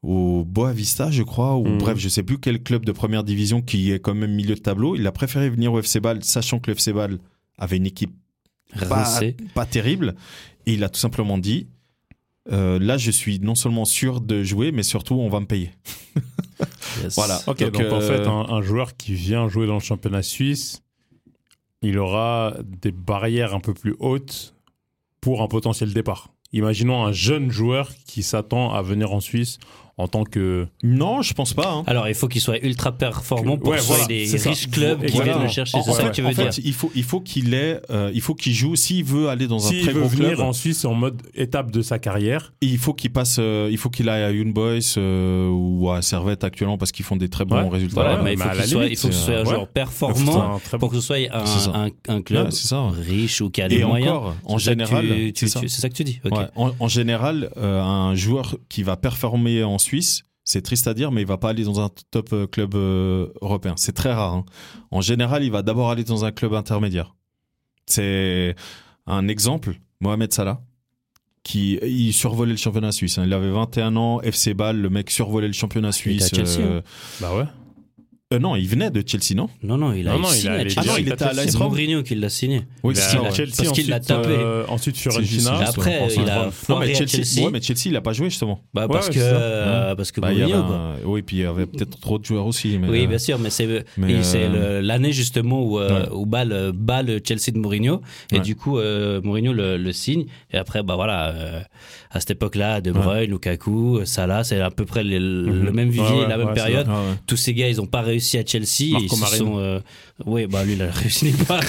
C: au Boavista, je crois, ou
E: Hmm.
D: Mhm.
C: bref, je sais plus quel club de première division qui est quand même milieu de tableau. Il a préféré venir au FC Bâle, sachant que le FC Bâle avait une équipe pas,
E: Rincé.
C: pas terrible. Et il a tout simplement dit euh, là, je suis non seulement sûr de jouer, mais surtout, on va me payer.
E: Yes.
C: Voilà.
D: Ok,
C: Donc,
D: donc,
C: euh,
D: en fait, un, un joueur qui vient jouer dans le championnat suisse, il aura des barrières un peu plus hautes pour un potentiel départ. Imaginons un jeune joueur qui s'attend à venir en Suisse en tant que.
C: Non, je pense pas. hein.
E: Alors, il faut qu'il soit ultra performant pour
D: Ouais,
E: soit
D: voilà,
E: des
D: c'est ça.
E: riches clubs qui
D: Exactement.
E: viennent le chercher.
C: En-
E: C'est
C: en
E: ça
C: fait-
E: que tu veux
C: en
E: dire
C: fait, il faut, il faut qu'il ait, euh, il faut qu'il joue. S'il veut aller dans un
D: S'il
C: très
D: veut
C: gros
D: venir
C: club,
D: en Suisse en mode étape de sa carrière,
C: il faut qu'il passe, euh, il faut qu'il aille à Young Boys euh, ou à Servette actuellement parce qu'ils font des très bons
D: Ouais,
C: résultats.
E: Voilà,
D: Ouais,
E: mais il
D: mais
E: faut
D: à
E: qu'il
D: la
E: soit, il
D: limite,
E: faut que ce soit un
D: euh, ouais.
E: joueur
D: c'est
E: performant
D: un très bon-
E: pour que ce soit un,
C: C'est ça.
E: un, un club
C: Ouais, c'est ça.
E: riche ou qui a les
C: Et
E: moyens.
C: encore, en
E: C'est ça que
C: général,
E: tu- tu-
C: c'est ça.
E: tu- c'est ça que tu dis. ok.
C: Ouais. En, en général, euh, un joueur qui va performer en Suisse, c'est triste à dire, mais il va pas aller dans un top euh, club euh, européen. C'est très rare. hein. En général, il va d'abord aller dans un club intermédiaire. C'est un exemple, Mohamed Salah, qui il survolait le championnat suisse. hein. Il avait 21 ans, FC Bâle, le mec survolait le championnat
E: il était à
C: suisse.
E: Chelsea, hein.
C: euh,
D: bah ouais.
C: euh, non, il venait de Chelsea, non
E: Non, non, il a
D: Non, non,
E: signé.
D: il a-
E: à
D: il est
E: Chelsea.
C: Ah non, il
D: Chelsea.
C: était à
E: c'est
C: l'Ice Rome.
E: Mourinho qui l'a signé.
C: Oui,
D: Il
C: c'est
D: a-
C: ça,
E: il a
C: ouais.
E: Chelsea, Parce qu'il
D: ensuite,
E: l'a tapé.
D: euh, ensuite Fiorentina.
C: juste ça.
E: Après,
C: France,
E: il a
D: France.
C: Non,
E: foiré
C: mais
E: à
C: Chelsea,
E: Chelsea.
C: ouais, mais Chelsea, il a pas joué justement.
E: Bah,
D: Ouais,
E: parce,
D: ouais,
E: que,
D: c'est ça.
E: euh, parce que
C: Bah, il y avait
E: Mourinho, quoi.
C: un- Oui, puis il y avait peut-être trop de joueurs aussi. Mais euh,
E: Oui, bien sûr, mais c'est
C: mais,
E: et c'est
C: euh,
E: le- l'année justement où, euh,
C: Ouais.
E: où bat, le, bat le Chelsea de Mourinho. Et
C: Ouais.
E: du coup, euh, Mourinho le, le signe. Et après, bah voilà, euh, à cette époque-là, De Bruyne, Lukaku, Salah, c'est à peu près les- le même vivier,
D: Ouais, ouais,
E: la même
D: ouais, c'est
E: période.
C: Ah Mhm. ouais.
E: Tous ces gars, ils n'ont pas réussi à Chelsea.
D: Marco
E: ils se
D: Marin.
E: sont, euh, Oui, bah lui, il a réussi nulle part.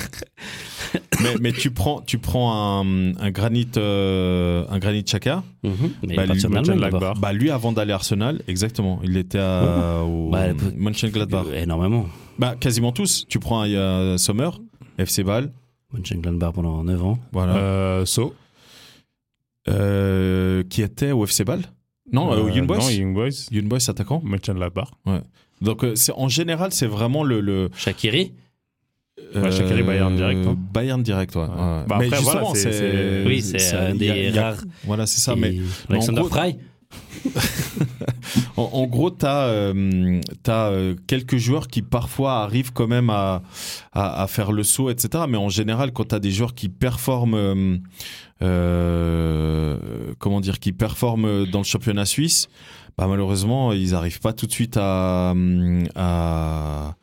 C: <laughs> mais, mais tu prends, tu prends un, un granit, euh, un granit Chaka.
E: Mhm. Mais
C: Bah,
E: il est parti en
C: lui,
E: Allemagne
D: Mönchengladbach.
E: d'abord.
C: Bah lui, avant d'aller à Arsenal, exactement. Il était à, au
E: Bah,
C: Mönchengladbach.
E: Euh, Énormément.
C: Bah quasiment tous. Tu prends un, euh, Sommer, FC Bâle,
E: Mönchengladbach pendant 9 ans.
C: voilà,
D: Euh, so.
C: Euh, qui était au FC Bâle. Non, euh, au
D: Euh,
C: Young Boys.
D: Non, Young Boys.
C: Young Boys attaquant.
D: Mönchengladbach.
C: Donc euh, c'est en général, c'est vraiment le. le
E: Shakiri
D: Ouais, Shaqiri, Bayern direct, hein.
C: Euh, Bayern direct, ouais. ouais.
D: Bah, après, voilà, c'est- c'est- euh,
E: Oui, c'est un
C: Euh, il y a-
E: des
C: il y a-
E: rares.
C: Voilà, c'est ça.
E: et
C: Mais
E: Alexander
C: en gros-
E: Frey
C: En, en gros, tu as, euh, quelques joueurs qui parfois arrivent quand même à, à, à faire le saut, etc. Mais en général, quand tu as des joueurs qui performent, euh, euh, comment dire, qui performent dans le championnat suisse, bah, malheureusement, ils n'arrivent pas tout de suite à, euh, à-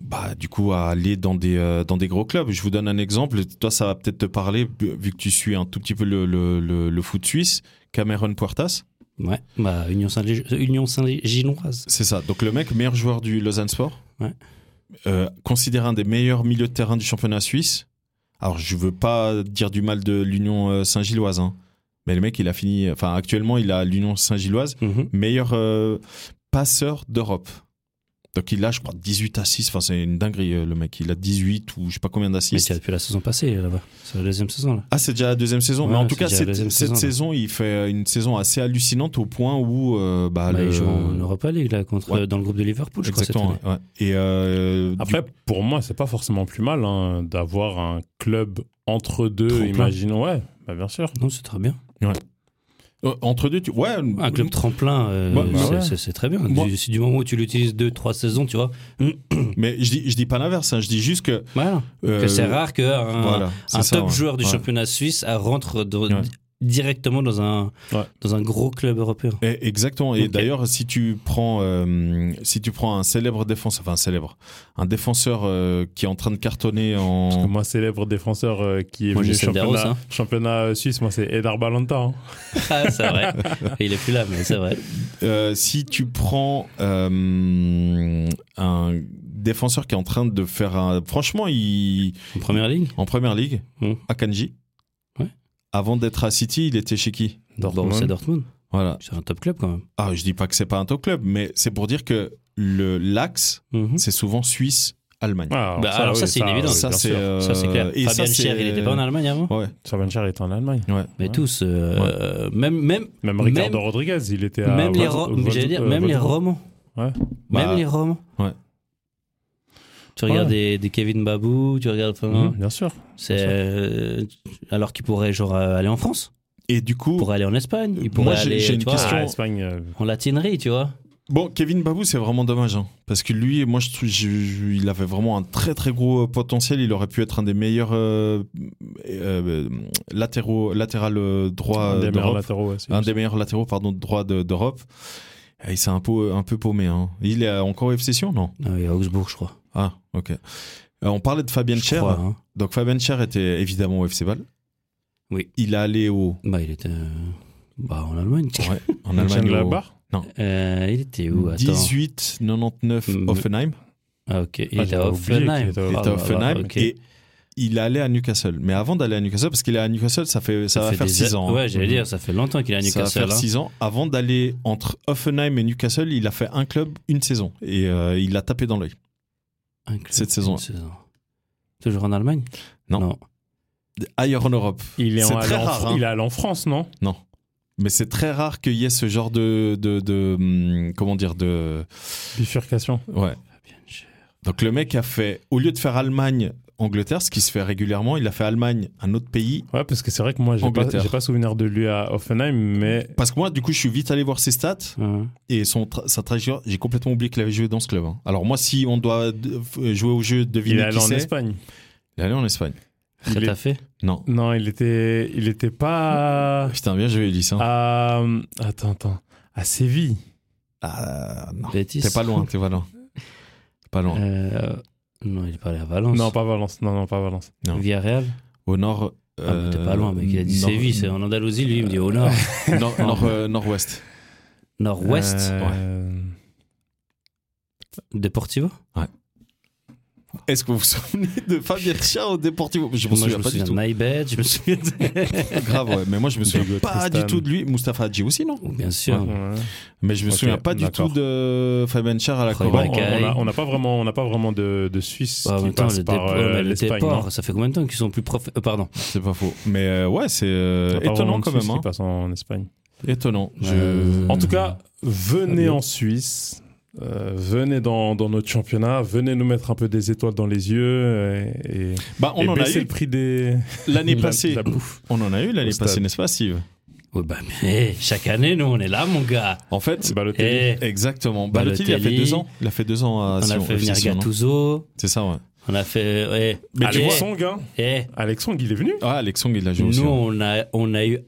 C: bah, du coup, à aller dans des, euh, dans des gros clubs. Je vous donne un exemple. Toi, ça va peut-être te parler, vu que tu suis un tout petit peu le, le, le, le foot suisse. Cameron Puertas.
E: Ouais, bah, Union Saint-Gilloise. Union Saint-Gilloise.
C: C'est ça. Donc le mec, meilleur joueur du Lausanne Sport,
E: Ouais.
C: Euh, considéré un des meilleurs milieux de terrain du championnat suisse. Alors je veux pas dire du mal de l'Union euh, Saint-Gilloise, hein. mais le mec, il a fini. Enfin, actuellement, il a l'Union Saint-Gilloise
E: Mhm.
C: meilleur euh, passeur d'Europe. Donc il a, je crois, 18 assists. Enfin, c'est une dinguerie, euh, le mec. Il a 18 ou je sais pas combien
E: Mais
C: d'assists.
E: c'est depuis la saison passée, là-bas. C'est la deuxième saison, là.
C: Ah, c'est déjà la deuxième saison. mais
E: Ouais,
C: en tout
E: c'est
C: cas,
E: déjà la
C: cette,
E: deuxième
C: cette
E: saison,
C: saison,
E: là.
C: il fait une saison assez hallucinante au point où. euh, bah,
E: Bah,
C: le-
E: Ils jouent en Europa League, là, contre, euh,
C: Ouais.
E: dans le groupe de Liverpool, je
C: Exactement.
E: crois.
C: ouais. Et euh, du
D: Après, pour moi, c'est pas forcément plus mal hein, d'avoir un club entre deux,
E: Trop plein.
D: imaginons. Ouais, bah bien sûr.
E: Cette année. Non, c'est très bien.
C: Euh, entre deux, tu... ouais.
E: Un Ah, club tremplin, euh,
C: Bah, bah
E: c'est-
D: ouais.
E: c'est c'est très bien.
C: Moi-
E: Du, si du moment où tu l'utilises deux, trois saisons, tu vois.
C: Mais je dis, je dis pas l'inverse. hein. Je dis juste que.
E: Voilà.
C: euh,
E: Que c'est rare qu'un
C: Voilà, c'est
E: un
C: ça,
E: top
C: ouais.
E: joueur du
C: Ouais.
E: championnat suisse euh, rentre dans-
C: Ouais.
E: directement dans un,
D: Ouais.
E: dans un gros club
C: <laughs>
E: européen.
C: Eh, Exactement. Et
E: Ok.
C: d'ailleurs, si tu prends, euh, si tu prends un célèbre défenseur, enfin un célèbre, un défenseur euh, qui est en train de cartonner
D: Parce
C: en.
D: que moi, célèbre défenseur euh, qui est
E: Mm. Moi,
D: venu
E: j'ai Senderos,
D: championnat,
E: hein.
D: championnat euh, suisse, moi, c'est Edar Balanta. hein.
E: Ah, c'est vrai. Il est plus là, mais c'est vrai.
C: Euh, si tu prends euh, un défenseur qui est en train de faire un. Franchement, il
E: En première ligne
C: en première ligue,
E: Mm.
C: à Kanji.
E: Ouais.
C: Avant d'être à City, il était chez qui
E: Borussia Dortmund.
C: Voilà.
E: C'est un top club quand même.
C: Ah, je dis pas que c'est pas un top club, mais c'est pour dire que le l'axe,
D: Hmm.
E: Mhm.
C: c'est souvent Suisse, Allemagne.
D: Ah,
E: Bah, alors ça, c'est une évidence.
C: ça,
D: bien
C: c'est
D: sûr.
C: euh,
E: Ça, c'est clair.
C: et
E: Fabian
C: ça, c'est-
E: Scher, il était pas en Allemagne avant
C: Ouais,
D: Sorbenchar est en Allemagne.
C: ouais.
E: Mais
D: Ah. Ouais.
E: tous. euh, Même, même,
D: Même Ricardo
E: Même-
D: Rodriguez, il était à.
E: même, les,
D: Vaz-
E: ro-
D: Vaz-
E: j'allais dire,
D: euh,
E: même les
D: Vaz-
E: romans.
D: Ouais.
C: Bah,
E: même les romans.
C: ouais.
E: Tu regardes
D: Ouais.
E: des, des Kevin Babou, tu regardes. enfin,
D: Mhm, Bien sûr.
E: c'est, euh, alors qu'ils pourraient genre euh, aller en France,
C: Et du
E: ils
C: coup,
E: pourraient aller en Espagne, ils pourraient
C: Moi, j'ai-
E: aller
C: j'ai une
E: tu vois,
C: question.
D: Ah, Espagne. euh,
E: en latinerie, tu vois.
C: bon, Kevin Babou, c'est vraiment dommage. hein. parce que lui, moi, je, trouve- je- je- il avait vraiment un très, très gros euh, potentiel. Il aurait pu être un des meilleurs euh, euh, latéraux, latéral euh, droit
D: un des
C: euh,
D: meilleurs
C: d'Europe.
D: latéraux. ouais, c'est
C: Un
D: juste.
C: des meilleurs latéraux, pardon, droit de- d'Europe. Et Il s'est un peu, un peu paumé. hein. Il est encore au FC Sion, non
E: Ah oui, à Augsbourg, je crois.
C: Ah, ok. Euh, on parlait de Fabien
E: Je
C: Cher.
E: crois, hein.
C: Donc Fabien Cher était évidemment au FC Bâle.
E: Oui.
C: Il est allé au
E: Bah, il était euh, bah, en Allemagne.
C: ouais, en
D: Jean
C: Allemagne au
D: Gladbach
E: Euh, il était où Attends.
C: 18 99
E: Mm.
C: Offenheim.
E: Ah, ok. Il
D: Ah,
E: était
D: j'avais
E: à
D: oublié qu'il
C: Il
E: Offenheim.
D: était au-
C: était
E: Ah, bah,
C: à Offenheim
E: bah, ok.
C: et il est allé à Newcastle. Mais avant d'aller à Newcastle, parce qu'il est à Newcastle, ça fait ça, va
E: fait
C: faire
E: des-
C: 6 ans. hein.
E: Ouais, j'allais dire, ça fait longtemps qu'il est à
C: Ça va
E: Newcastle.
C: faire
E: hein.
C: 6 ans. Avant d'aller entre Offenheim et Newcastle, il a fait un club, une saison. Et euh, il l'a tapé dans l'œil.
E: Un club,
C: cette saison.
E: une Toujours en Allemagne
C: Non. Ailleurs en Europe.
D: Il est
C: C'est
D: en-
C: très
D: allé en-
C: rare, hein.
D: Il est allé en France, non
C: Mais c'est très rare qu'il y ait ce genre de, de, de, hum, Comment dire de,
D: Bifurcation.
C: Ouais.
E: Fabien Schär.
C: Donc le mec a fait, au lieu de faire Allemagne, Angleterre, ce qui se fait régulièrement, il a fait Allemagne, un autre pays.
D: Ouais, parce que c'est vrai que moi, j'ai pas,
C: Angleterre.
D: j'ai pas souvenir de lui à Offenheim, mais
C: Parce que moi, du coup, je suis vite allé voir ses stats
E: Ouais.
C: et son tra- sa trajectoire. J'ai complètement oublié qu'il avait joué dans ce club. hein. Alors moi, si on doit de- f- jouer au jeu,
D: il est
C: deviner
D: allé
C: qui
D: en
C: c'est.
D: Espagne.
C: Il est allé en Espagne.
D: Il est-
E: Getafe
C: Non.
D: Non, il était, il était
E: Ah.
D: pas
C: Putain, bien joué, Elise. hein.
D: à. Attends, attends. À Séville.
C: Ah, non.
E: Betis
C: T'es pas loin, t'es pas loin. T'es pas loin.
E: Euh, non, il est pas allé à Valence.
D: Non, pas Valence. Non, non, pas Valence.
C: non.
E: Villarreal
C: Au nord. euh,
E: Ah, mais T'es pas loin, mec. Il a dit
C: nord-
E: Séville, c'est en Andalousie, lui, il me dit au
C: Euh,
E: nord.
C: nord- nord- euh, Nord-ouest.
E: Nord-ouest
D: Euh,
E: Deportivo
C: Est-ce que vous vous souvenez de Fabien Richard au Deportivo Je m'en
E: Moi, je
C: souviens
E: me
C: pas du
E: souviens de
C: tout.
E: Naïbet, je me
C: <laughs>
E: souviens de...
C: Grave, ouais. Mais moi, je me souviens
D: Hugo
C: pas
D: Tristan.
C: du tout de lui. Mustafa Hadji aussi, non
E: Oh, Bien sûr.
D: ouais.
C: Mais je me
D: Ok,
C: souviens pas du tout
D: d'accord.
C: de Fabien Char à la
E: Roy
D: Bon,
C: Copa.
D: on-
E: Mackay.
D: on a- on n'a pas vraiment, on n'a pas vraiment de, de Suisse
E: Ah, en
D: qui
E: même temps,
D: passe
E: le,
D: par
E: déport,
D: euh,
E: mais le
D: l'Espagne.
E: déport,
D: non.
E: ça fait combien de temps qu'ils sont plus profs euh, Pardon.
C: C'est pas faux. Mais euh, ouais, c'est
D: On
C: euh,
D: n'a pas
C: étonnant
D: vraiment de
C: quand
D: Suisse
C: même.
D: qui
C: hein.
D: passe en Espagne.
C: Étonnant. Je...
E: Euh,
D: En tout cas, venez
E: Fabio.
D: en Suisse, euh, venez dans, dans notre championnat, venez nous mettre un peu des étoiles dans les yeux euh, et,
C: Bah, on
D: et
C: en a
D: baisser
C: eu
D: le prix des
C: <laughs> l'année
D: de la- de
C: passée.
D: la bouffe.
C: On en a eu l'année
D: Au stade.
C: passée, n'est-ce pas, Steve
E: Ouais, bah, mais chaque année, nous, on est là, mon gars.
C: En fait,
D: Balotelli.
E: Et
C: exactement.
E: Balotelli,
C: Balotelli, il a fait deux ans. Bah, Il a fait deux ans à
E: on a
C: Sion,
E: fait
C: FC
E: venir
C: Sion, non
E: Gattuso,
C: C'est ça, ouais.
E: on a fait... ouais.
D: Mais
E: Eh,
D: Alex Song, hein.
E: eh,
D: Alex Song, il est venu.
C: Ah, Alex Song, il l'a joué aussi.
E: Nous,
C: hein.
E: on a, on a eu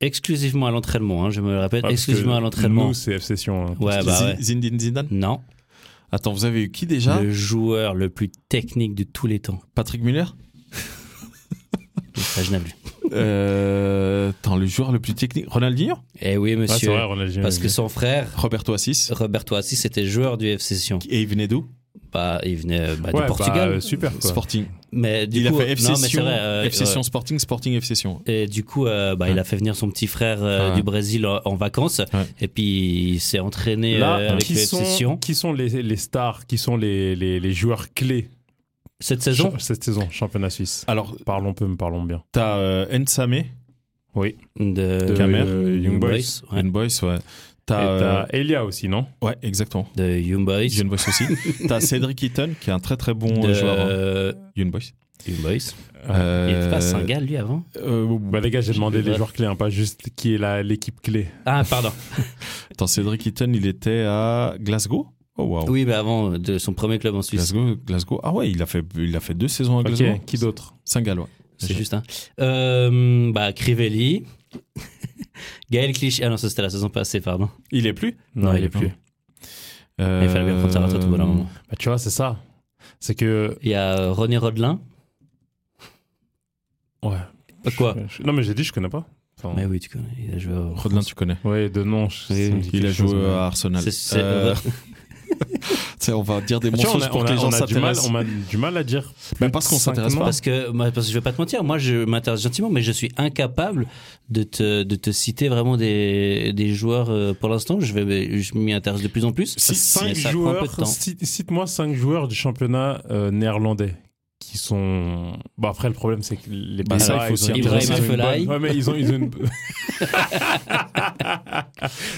E: exclusivement à l'entraînement, hein, je me le répète,
D: Ah, parce
E: exclusivement
D: que
E: à l'entraînement.
D: Nous, c'est FC Sion. hein.
E: Ouais, bah
C: Zi-
E: ouais.
C: Zinedine Zidane
E: Non,
C: Attends, vous avez eu qui déjà
E: le joueur le plus technique de tous les temps.
C: Patrick Muller
E: Ça, je n'ai plus.
C: Euh, Attends, le joueur le plus technique Ronaldinho
E: Eh oui,
D: Ouais, c'est
E: monsieur.
D: vrai, Ronaldinho.
E: parce que son frère,
C: Roberto Assis
E: Roberto Assis, était joueur du FC Sion.
C: Et il venait d'où
E: Bah, il venait euh, bah,
D: Ouais,
E: du
D: bah,
E: Portugal.
D: euh, super. Quoi.
C: Sporting.
E: mais du
C: il
E: coup,
C: a fait FC
E: non, mais c'est
C: Sion,
E: vrai, euh,
C: FC
E: ouais.
C: Sion Sporting, Sporting FC Sion.
E: Et du coup, euh, bah, il a fait venir son petit frère euh,
C: Ouais.
E: du Brésil en, en vacances.
C: Ouais.
E: Et puis, il s'est entraîné
D: Là,
E: euh, avec
D: qui,
E: le FC
D: sont,
E: Sion.
D: qui sont les, les stars, qui sont les, les, les joueurs clés
E: Cette saison
D: cha- cette saison, championnat suisse
C: Alors,
D: Parlons peu, mais parlons bien.
C: t'as euh, Nsame,
D: Oui.
E: de,
C: De Camer,
D: euh, Young Boys.
E: ouais.
C: Young Boys, ouais.
E: Ah,
D: Et
C: T'as,
D: t'as Elia aussi, non
C: euh, ouais, exactement.
E: de Young Boys.
D: <laughs>
C: Young Boys aussi. t'as Cédric Eaton, qui est un très très bon euh,
E: de-
C: joueur. hein. Young Boys.
E: Humbois.
C: Euh,
E: Il était pas Singal, lui, avant
C: euh,
D: Bah, les gars, j'ai demandé
E: J'ai-
D: les joueurs clés, hein, pas juste qui est la- l'équipe clé.
E: Ah, pardon.
C: Attends, Cédric Eaton, il était à Glasgow Oh, waouh.
E: Oui, mais avant, euh, de son premier club en Suisse.
C: Glasgow, Glasgow. Ah ouais, il a fait, il a fait deux saisons à Glasgow.
D: Ok, qui d'autre
C: Saint-Gallois.
E: C'est juste un. Euh, bah, Crivelli. <laughs> Gaël Clichy. Ah non, ça c'était la saison passée, pardon.
C: Il est plus Euh,
E: Non, il est plus. Il fallait bien prendre sa retraite au bout d'un moment.
D: Bah, tu vois, c'est ça. C'est que.
E: Il y a euh, René Rodelin.
D: Ouais.
E: Pas quoi
D: Je- Non, mais j'ai dit, je connais pas. Enfin,
E: Mais oui, tu connais. Il a joué au-
C: Rodelin, tu connais.
D: Ouais, de nom. je-
E: Oui,
D: ça me
E: oui.
D: dit
C: Il
D: quelque
C: a joué
D: chose, mais-
C: à Arsenal.
E: C'est- c'est-
C: Euh, <laughs> tu sais, on va dire des
D: Ah, Tu vois, on
C: mensonges
D: a,
C: pour
D: on
C: que
D: a-
C: les gens
D: on a du mal,
C: s'intéressent.
D: on a du mal à dire.
C: Mais parce qu'on s'intéresse pas.
E: Parce que, moi, parce que je vais pas te mentir, moi je m'intéresse gentiment, mais je suis incapable de te, de te citer vraiment des, des joueurs euh, pour l'instant. Je, vais- je m'y intéresse de plus en plus.
D: Si-
E: mais
D: cinq
E: ça prend un peu de
D: joueurs,
E: temps.
D: cite- cite-moi 5 joueurs du championnat euh, néerlandais qui sont. Bon, après, le problème, c'est que les
C: Bah, ça,
D: Pays-Bas,
C: il faut
D: ils ont
C: s'y
D: une
E: intéresser.
D: bonne-
E: Ibrahima
D: ils ont une
E: Felay.
D: bonne- Ouais, mais ils ont, ils ont une.
E: <laughs>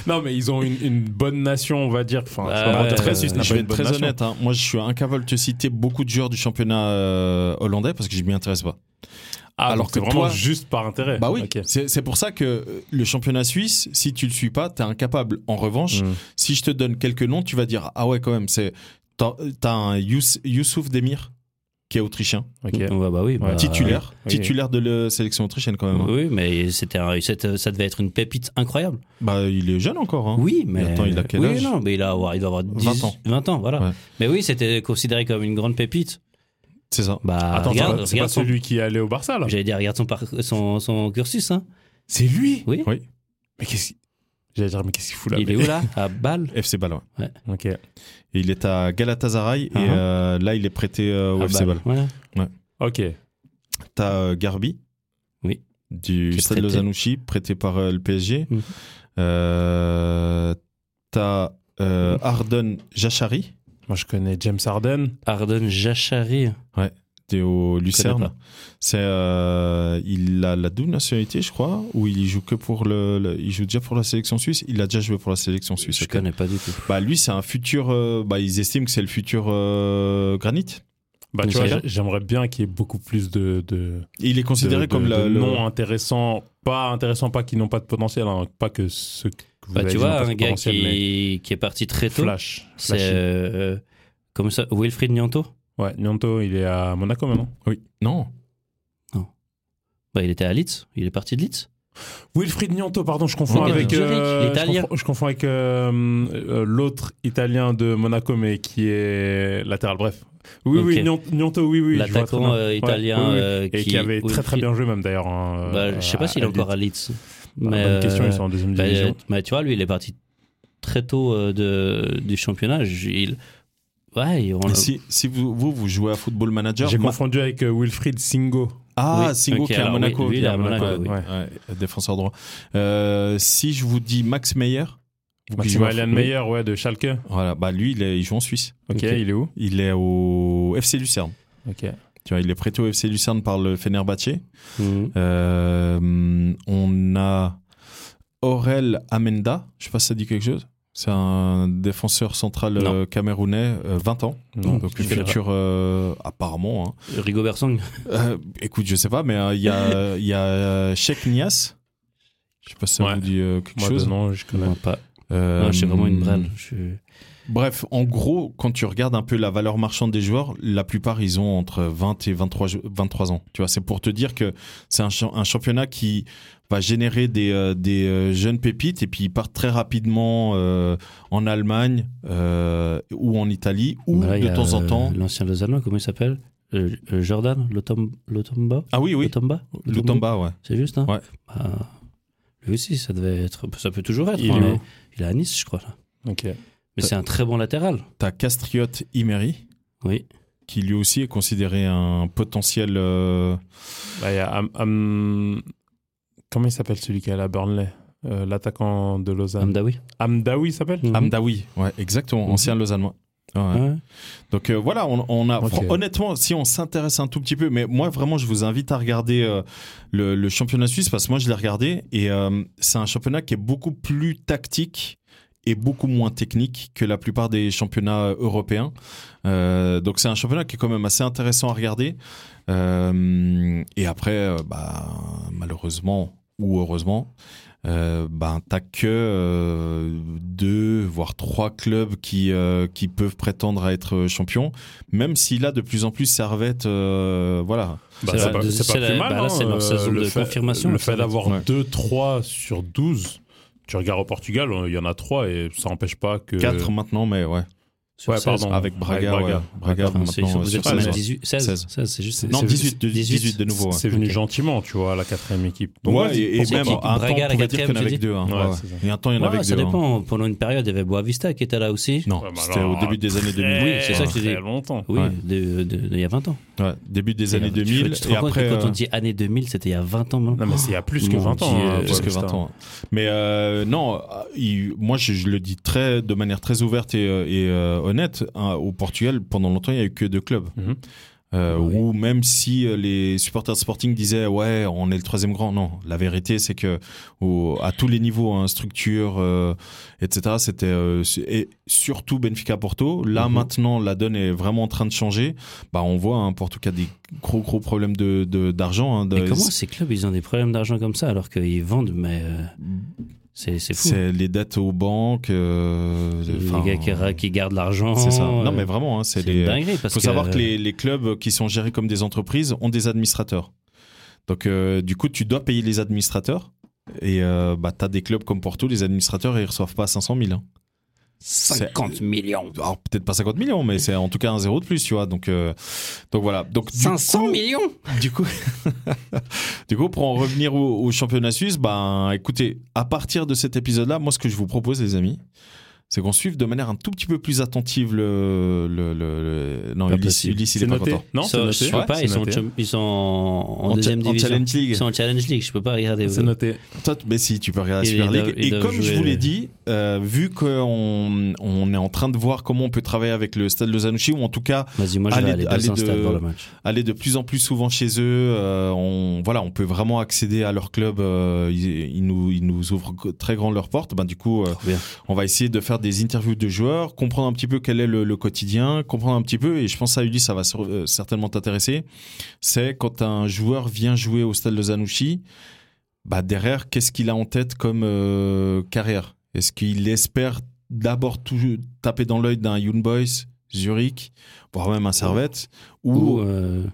D: non, mais ils ont une, une bonne nation, on va dire. Enfin, c'est
E: Bah,
D: pas
E: ouais,
D: très
E: euh,
D: suisse, n'a
C: je
D: pas
C: vais
D: une
C: être
D: bonne
C: très
D: nation.
C: honnête. hein. Moi, je suis incapable de te citer beaucoup de joueurs du championnat euh, hollandais parce que je m'y intéresse pas.
D: Ah,
C: Alors
D: alors que
C: que
D: vraiment
C: toi-
D: juste par intérêt.
C: Bah oui,
D: Ok.
C: c'est c'est pour ça que euh, le championnat suisse, si tu le suis pas, t'es incapable. En revanche,
D: Mm.
C: si je te donne quelques noms, tu vas dire ah ouais quand même. C'est t'as t'as un Yous- Youssouf Demir qui est autrichien,
D: Ok.
E: Ouais, bah oui, bah,
D: Ouais.
C: titulaire,
D: Ah oui.
C: titulaire de la sélection autrichienne quand même. hein.
E: Oui, mais c'était un- c'était- ça devait être une pépite incroyable.
C: Bah il est jeune encore. hein.
E: Oui, mais.
C: attends, il a quel
E: Oui,
C: âge
E: non, mais il, a, avoir- il doit avoir 10
C: 20 ans.
E: 20 ans, voilà.
C: Ouais.
E: Mais oui, c'était considéré comme une grande pépite.
C: C'est ça.
E: Bah,
D: Attends,
E: regarde,
D: c'est pas
E: regarde son-
D: celui qui est allé au Barça là.
E: J'allais dire, regarde son, par- son, son cursus. Hein.
D: C'est lui.
E: Oui.
C: Oui.
D: Mais qu'est-ce qu'il- J'allais dire, Bah, mais qu'est-ce qu'il fout là
E: Il est où là À Bâle
C: FC Ball. ouais.
D: Ok.
C: Et il est à Galatasaray
E: Ah,
C: et
D: Uh-huh.
E: ah.
C: euh, là il est prêté euh, au
D: Ah
E: À
D: bah.
C: FC
E: Bâle,
C: Ball.
E: voilà.
D: Ok.
C: T'as euh, Garbi.
E: Oui.
C: Du
E: Qui est
C: Stade
E: prêté.
C: Lozanouchi, prêté par euh, le PSG.
E: Mhm.
C: Euh, T'as euh, Arden Jachari,
D: Moi, je connais James Harden.
E: Arden Jachari.
C: qui est au Lucerne.
E: pas.
C: C'est euh, il a la double nationalité, je crois, ou il joue que pour le, le- il joue déjà pour la sélection suisse. Il a déjà joué pour la sélection suisse.
E: Je
C: ok.
E: connais pas du tout.
C: Bah lui, c'est un futur. euh, bah ils estiment que c'est le futur euh, Granit.
D: Bah, tu
E: Donc,
D: vois,
E: c'est-
D: j'a- j'aimerais bien qu'il y ait beaucoup plus de, de,
C: Il est considéré
D: de- de-
C: comme la-
D: de
C: le
E: hein.
D: non intéressants, pas intéressants, pas qui n'ont pas de potentiel, hein, pas que ceux que vous
E: Bah,
D: avez
E: tu
D: dit n'ont
E: vois,
D: pas de
E: un gars
D: potentiel, mais
E: qui, qui est parti très tôt,
D: flash,
E: c'est
D: flashy.
E: euh, comme ça, Wilfried Nianto.
D: Ouais, Nianto, il est à Monaco maintenant.
C: Oui. Non.
E: Bah, il était à Leeds, il est parti de Leeds.
D: Wilfried Nianto, pardon, je confonds
E: Oui,
D: avec
E: Zurich,
D: euh, je
E: l'Italien.
D: confonds- Je confonds avec euh, euh, l'autre Italien de Monaco, mais qui est latéral. Bref. Oui,
E: Ok.
D: oui, Nian- Nianto, oui, oui. je vois très bien.
E: L'attaquant euh,
D: Ouais,
E: italien
D: oui, oui.
E: euh,
D: et qui, avait très très
E: Wilfried-
D: bien joué même d'ailleurs. hein,
E: Bah,
D: euh,
E: je sais pas
D: à-
E: s'il est
D: à
E: encore à
D: Leeds.
E: Leeds.
D: Bah,
E: Mais,
D: bonne question,
E: euh,
D: ils sont en deuxième
E: bah,
D: division.
E: euh, bah, tu vois, lui, il est parti très tôt euh, de, du championnat. Je- il- Ouais,
D: Ah,
E: on l'a-
C: Si, si vous, vous vous jouez à Football Manager,
D: J'ai
C: ma-
D: confondu avec euh, Wilfried Singo.
C: Ah,
E: Oui,
C: Singo
E: ok,
C: qui est à
E: alors oui,
C: Monaco.
E: lui,
C: qui
E: il est
C: est
E: à Monaco, oui.
C: Ouais, ouais, défenseur droit. Euh, si je vous dis Max Meyer, vous pouvez-
D: Maximilian
C: Oui.
D: Meyer, ouais, de Schalke.
C: Voilà, bah lui, il, est- il joue en Suisse.
D: Ok,
E: Ok.
D: il est où
C: Il est au FC Lucerne.
D: Ok.
C: Tu vois, il est prêté au FC Lucerne par le Fenerbahce.
E: Mhm.
C: Euh, on a Aurel Amenda. Je sais pas si ça dit quelque chose. C'est un défenseur central
E: Non.
C: euh, camerounais, euh, 20 ans.
D: Non,
C: Donc,
D: je
C: le
D: sais pas.
C: futur, euh, apparemment. hein.
E: Rigobert Song.
C: Euh, écoute, je sais pas, mais euh, il y a, il y a euh, Sheikh Nias. Je sais pas si ça
D: Ouais.
C: vous dit euh, quelque
D: Moi,
C: chose.
D: de nom, je connais.
E: Moi, pas.
C: Euh,
E: Non, je suis vraiment une brêle. Je suis-
C: Bref, en gros, quand tu regardes un peu la valeur marchande des joueurs, la plupart, ils ont entre 20 et 23, jou- 23 ans. Tu vois, c'est pour te dire que c'est un, cha- un championnat qui va générer des, euh, des euh, jeunes pépites et puis ils partent très rapidement euh, en Allemagne euh, ou en Italie ou
E: Bah là, il y
C: de
E: a,
C: temps en
E: euh,
C: temps.
E: L'ancien Lausannois, comment il s'appelle Euh, euh, Jordan Lotom- Lotomba
C: Ah oui, oui,
E: Lotomba
C: le Tomba, ouais.
E: C'est juste, hein
C: Ouais.
E: Bah, lui aussi, ça devait être. Ça peut toujours être.
D: Il
E: hein,
D: est
E: mais
D: où
E: il est à Nice, je crois. là.
D: Ok.
E: Mais
C: Ça-
E: c'est un très bon latéral.
C: T'as Castriot Imeri.
E: Oui.
C: qui lui aussi est considéré un potentiel. euh,
D: Bah, il y a, Am- Am- Comment il s'appelle celui qui est à la Burnley Euh, L'attaquant de
C: Bah,
D: Lausanne.
E: Hamdaoui.
D: Amdaoui, il s'appelle
E: Mhm.
C: Hamdaoui, ouais, exactement,
D: Mhm.
C: ancien Lausannois. Ouais.
E: Ouais.
C: Donc euh, voilà, on, on a
D: Ok.
C: fran- honnêtement, si on s'intéresse un tout petit peu, mais moi vraiment, je vous invite à regarder euh, le, le championnat suisse parce que moi je l'ai regardé et euh, c'est un championnat qui est beaucoup plus tactique est beaucoup moins technique que la plupart des championnats européens. Euh, donc c'est un championnat qui est quand même assez intéressant à regarder. Euh, et après, euh, bah, malheureusement ou heureusement, euh, ben t'as que euh, deux voire trois clubs qui euh, qui peuvent prétendre à être euh, champions, même si là de plus en plus Servette, euh, voilà,
D: Bah,
E: C'est
D: c'est
E: la-
D: pas, c'est pas
E: c'est
D: plus
E: la-
D: mal.
E: bah là,
D: hein,
E: c'est leur
D: euh,
E: saison
D: le
E: de
D: fait-
E: confirmation,
D: Le
E: ça
D: fait
E: va
D: d'avoir
C: Ouais.
D: 2-3 sur 12, tu regardes au Portugal, euh, il y en a 3 et ça n'empêche pas que.
C: quatre maintenant, mais ouais,
E: Sur
D: Ouais,
E: 16.
D: pardon.
C: avec Braga,
D: Euh, Avec
C: ouais. Braga
E: Enfin, c'est-
C: maintenant, euh,
E: vous
C: sur
E: êtes pas mal,
C: 16.
E: 18, 16,
C: 16.
E: 16, c'est juste.
C: non
E: c'est-
C: 18, de-
E: 18.
C: 18 de nouveau. ouais.
D: C'est venu
E: Ok.
D: gentiment, tu vois, la quatrième équipe.
C: Ouais,
D: Donc,
C: et, et
E: pour
C: même
E: qui
C: un temps,
E: Braga, la
C: on pouvait dire
E: quatrième,
C: qu'il y en
E: tu
C: avait
E: dis
C: que deux. hein,
D: Ouais,
C: ouais, ouais.
D: c'est ça.
C: Il y a un temps, il y en
E: Ouais,
C: avait que
E: ça
C: deux. hein.
E: dépend. Pendant une période, il y avait Boavista qui était là aussi.
C: Non,
D: Ouais, bah
C: c'était
D: alors,
C: au début des années 2000.
E: Oui, c'est ça que je dis.
D: Très longtemps.
E: Oui,
C: Ouais.
E: de- de- de- il y a 20 ans.
C: Ouais, début des années
E: Tu- tu
C: 2000.
E: te
C: et
E: rends compte
C: après,
E: que quand
C: euh,
E: on dit année 2000, c'était il y a 20 ans maintenant.
D: Non, mais c'est il y a plus que
E: Mon
D: 20 ans.
E: Dieu,
D: hein,
C: plus que
D: Paulista.
C: 20 euh, ans. Mais euh, non, euh, il- moi je, je le dis très de manière très ouverte et, euh, et, euh, honnête. hein, au Portugal, pendant longtemps, il n'y a eu que deux clubs.
D: Mhm.
C: Euh,
E: Oui.
C: Où même si euh, les supporters de Sporting disaient ouais, on est le troisième grand, non. La vérité, c'est que au- à tous les niveaux, hein, structure, euh, etc. C'était euh, su- et surtout Benfica Porto. Là
E: Mhm.
C: maintenant, la donne est vraiment en train de changer. Bah on voit hein, Porto qui a des gros gros problèmes de de- d'argent. hein, de-
E: Mais comment ces clubs, ils ont des problèmes d'argent comme ça alors qu'ils vendent, mais euh, c'est c'est fou.
C: C'est les dettes aux banques. euh,
E: Les
C: enfin,
E: gars qui, ra- qui gardent l'argent.
C: C'est ça.
E: euh,
C: Non, mais vraiment, hein, c'est
E: c'est
C: des.
E: une dinguerie.
C: Il
E: Parce
C: faut savoir
E: que,
C: que les, les clubs qui sont gérés comme des entreprises ont des administrateurs. Donc, euh, du coup, tu dois payer les administrateurs. Et euh, bah, tu as des clubs comme Porto, les administrateurs, ils reçoivent pas 500 000. hein.
E: 50 millions.
C: Alors, peut-être pas 50 millions, mais c'est en tout cas un zéro de plus, tu vois. Donc, euh, donc voilà. Donc, du
E: 500
C: coup-
E: millions
C: du coup, <laughs> du coup, pour en revenir au, au championnat suisse, ben, écoutez, à partir de cet épisode-là, moi, ce que je vous propose, les amis, c'est qu'on suive de manière un tout petit peu plus attentive le, le, le- le- non,
E: Pas
C: Ulysse,
E: possible.
C: Ulysse, il est
D: C'est
C: pas
D: noté.
C: content.
D: Non,
E: Ils
D: c'est
E: sont- Je
D: noté.
E: peux
C: Ouais,
E: pas,
D: c'est
E: ils sont, en
D: noté.
E: cham- ils sont en, en
C: cha-
E: deuxième division.
C: Challenge
E: Ils
C: League.
E: sont en Challenge League, je peux pas regarder.
D: C'est noté.
C: Toi, t- mais si, tu peux regarder la
E: Ils
C: Super
E: doivent-
C: League.
E: ils
C: Et
E: doivent
C: comme je
E: jouer
C: vous
E: le-
C: l'ai dit, euh, vu qu'on on est en train de voir comment on peut travailler avec le stade Lozanouchi, ou en tout cas
E: Vas-y, moi je vais
C: Allez-
E: aller dans
C: allez
E: un
C: de-
E: stade voir le match.
C: aller de plus en plus souvent chez eux. euh, on, voilà, on peut vraiment accéder à leur club. euh, ils, ils nous, ils nous ouvrent g- très grand leurs portes. Ben, du coup, euh,
E: bien.
C: on va essayer de faire des interviews de joueurs, comprendre un petit peu quel est le, le quotidien, comprendre un petit peu, et je pense à Ulysse, ça va sur- euh, certainement t'intéresser, c'est quand un joueur vient jouer au stade de Zanouchi, bah derrière, qu'est-ce qu'il a en tête comme euh, carrière Est-ce qu'il espère d'abord tout- taper dans l'œil d'un Young Boys, Zurich, voire même un Servette, ou
E: Ou euh,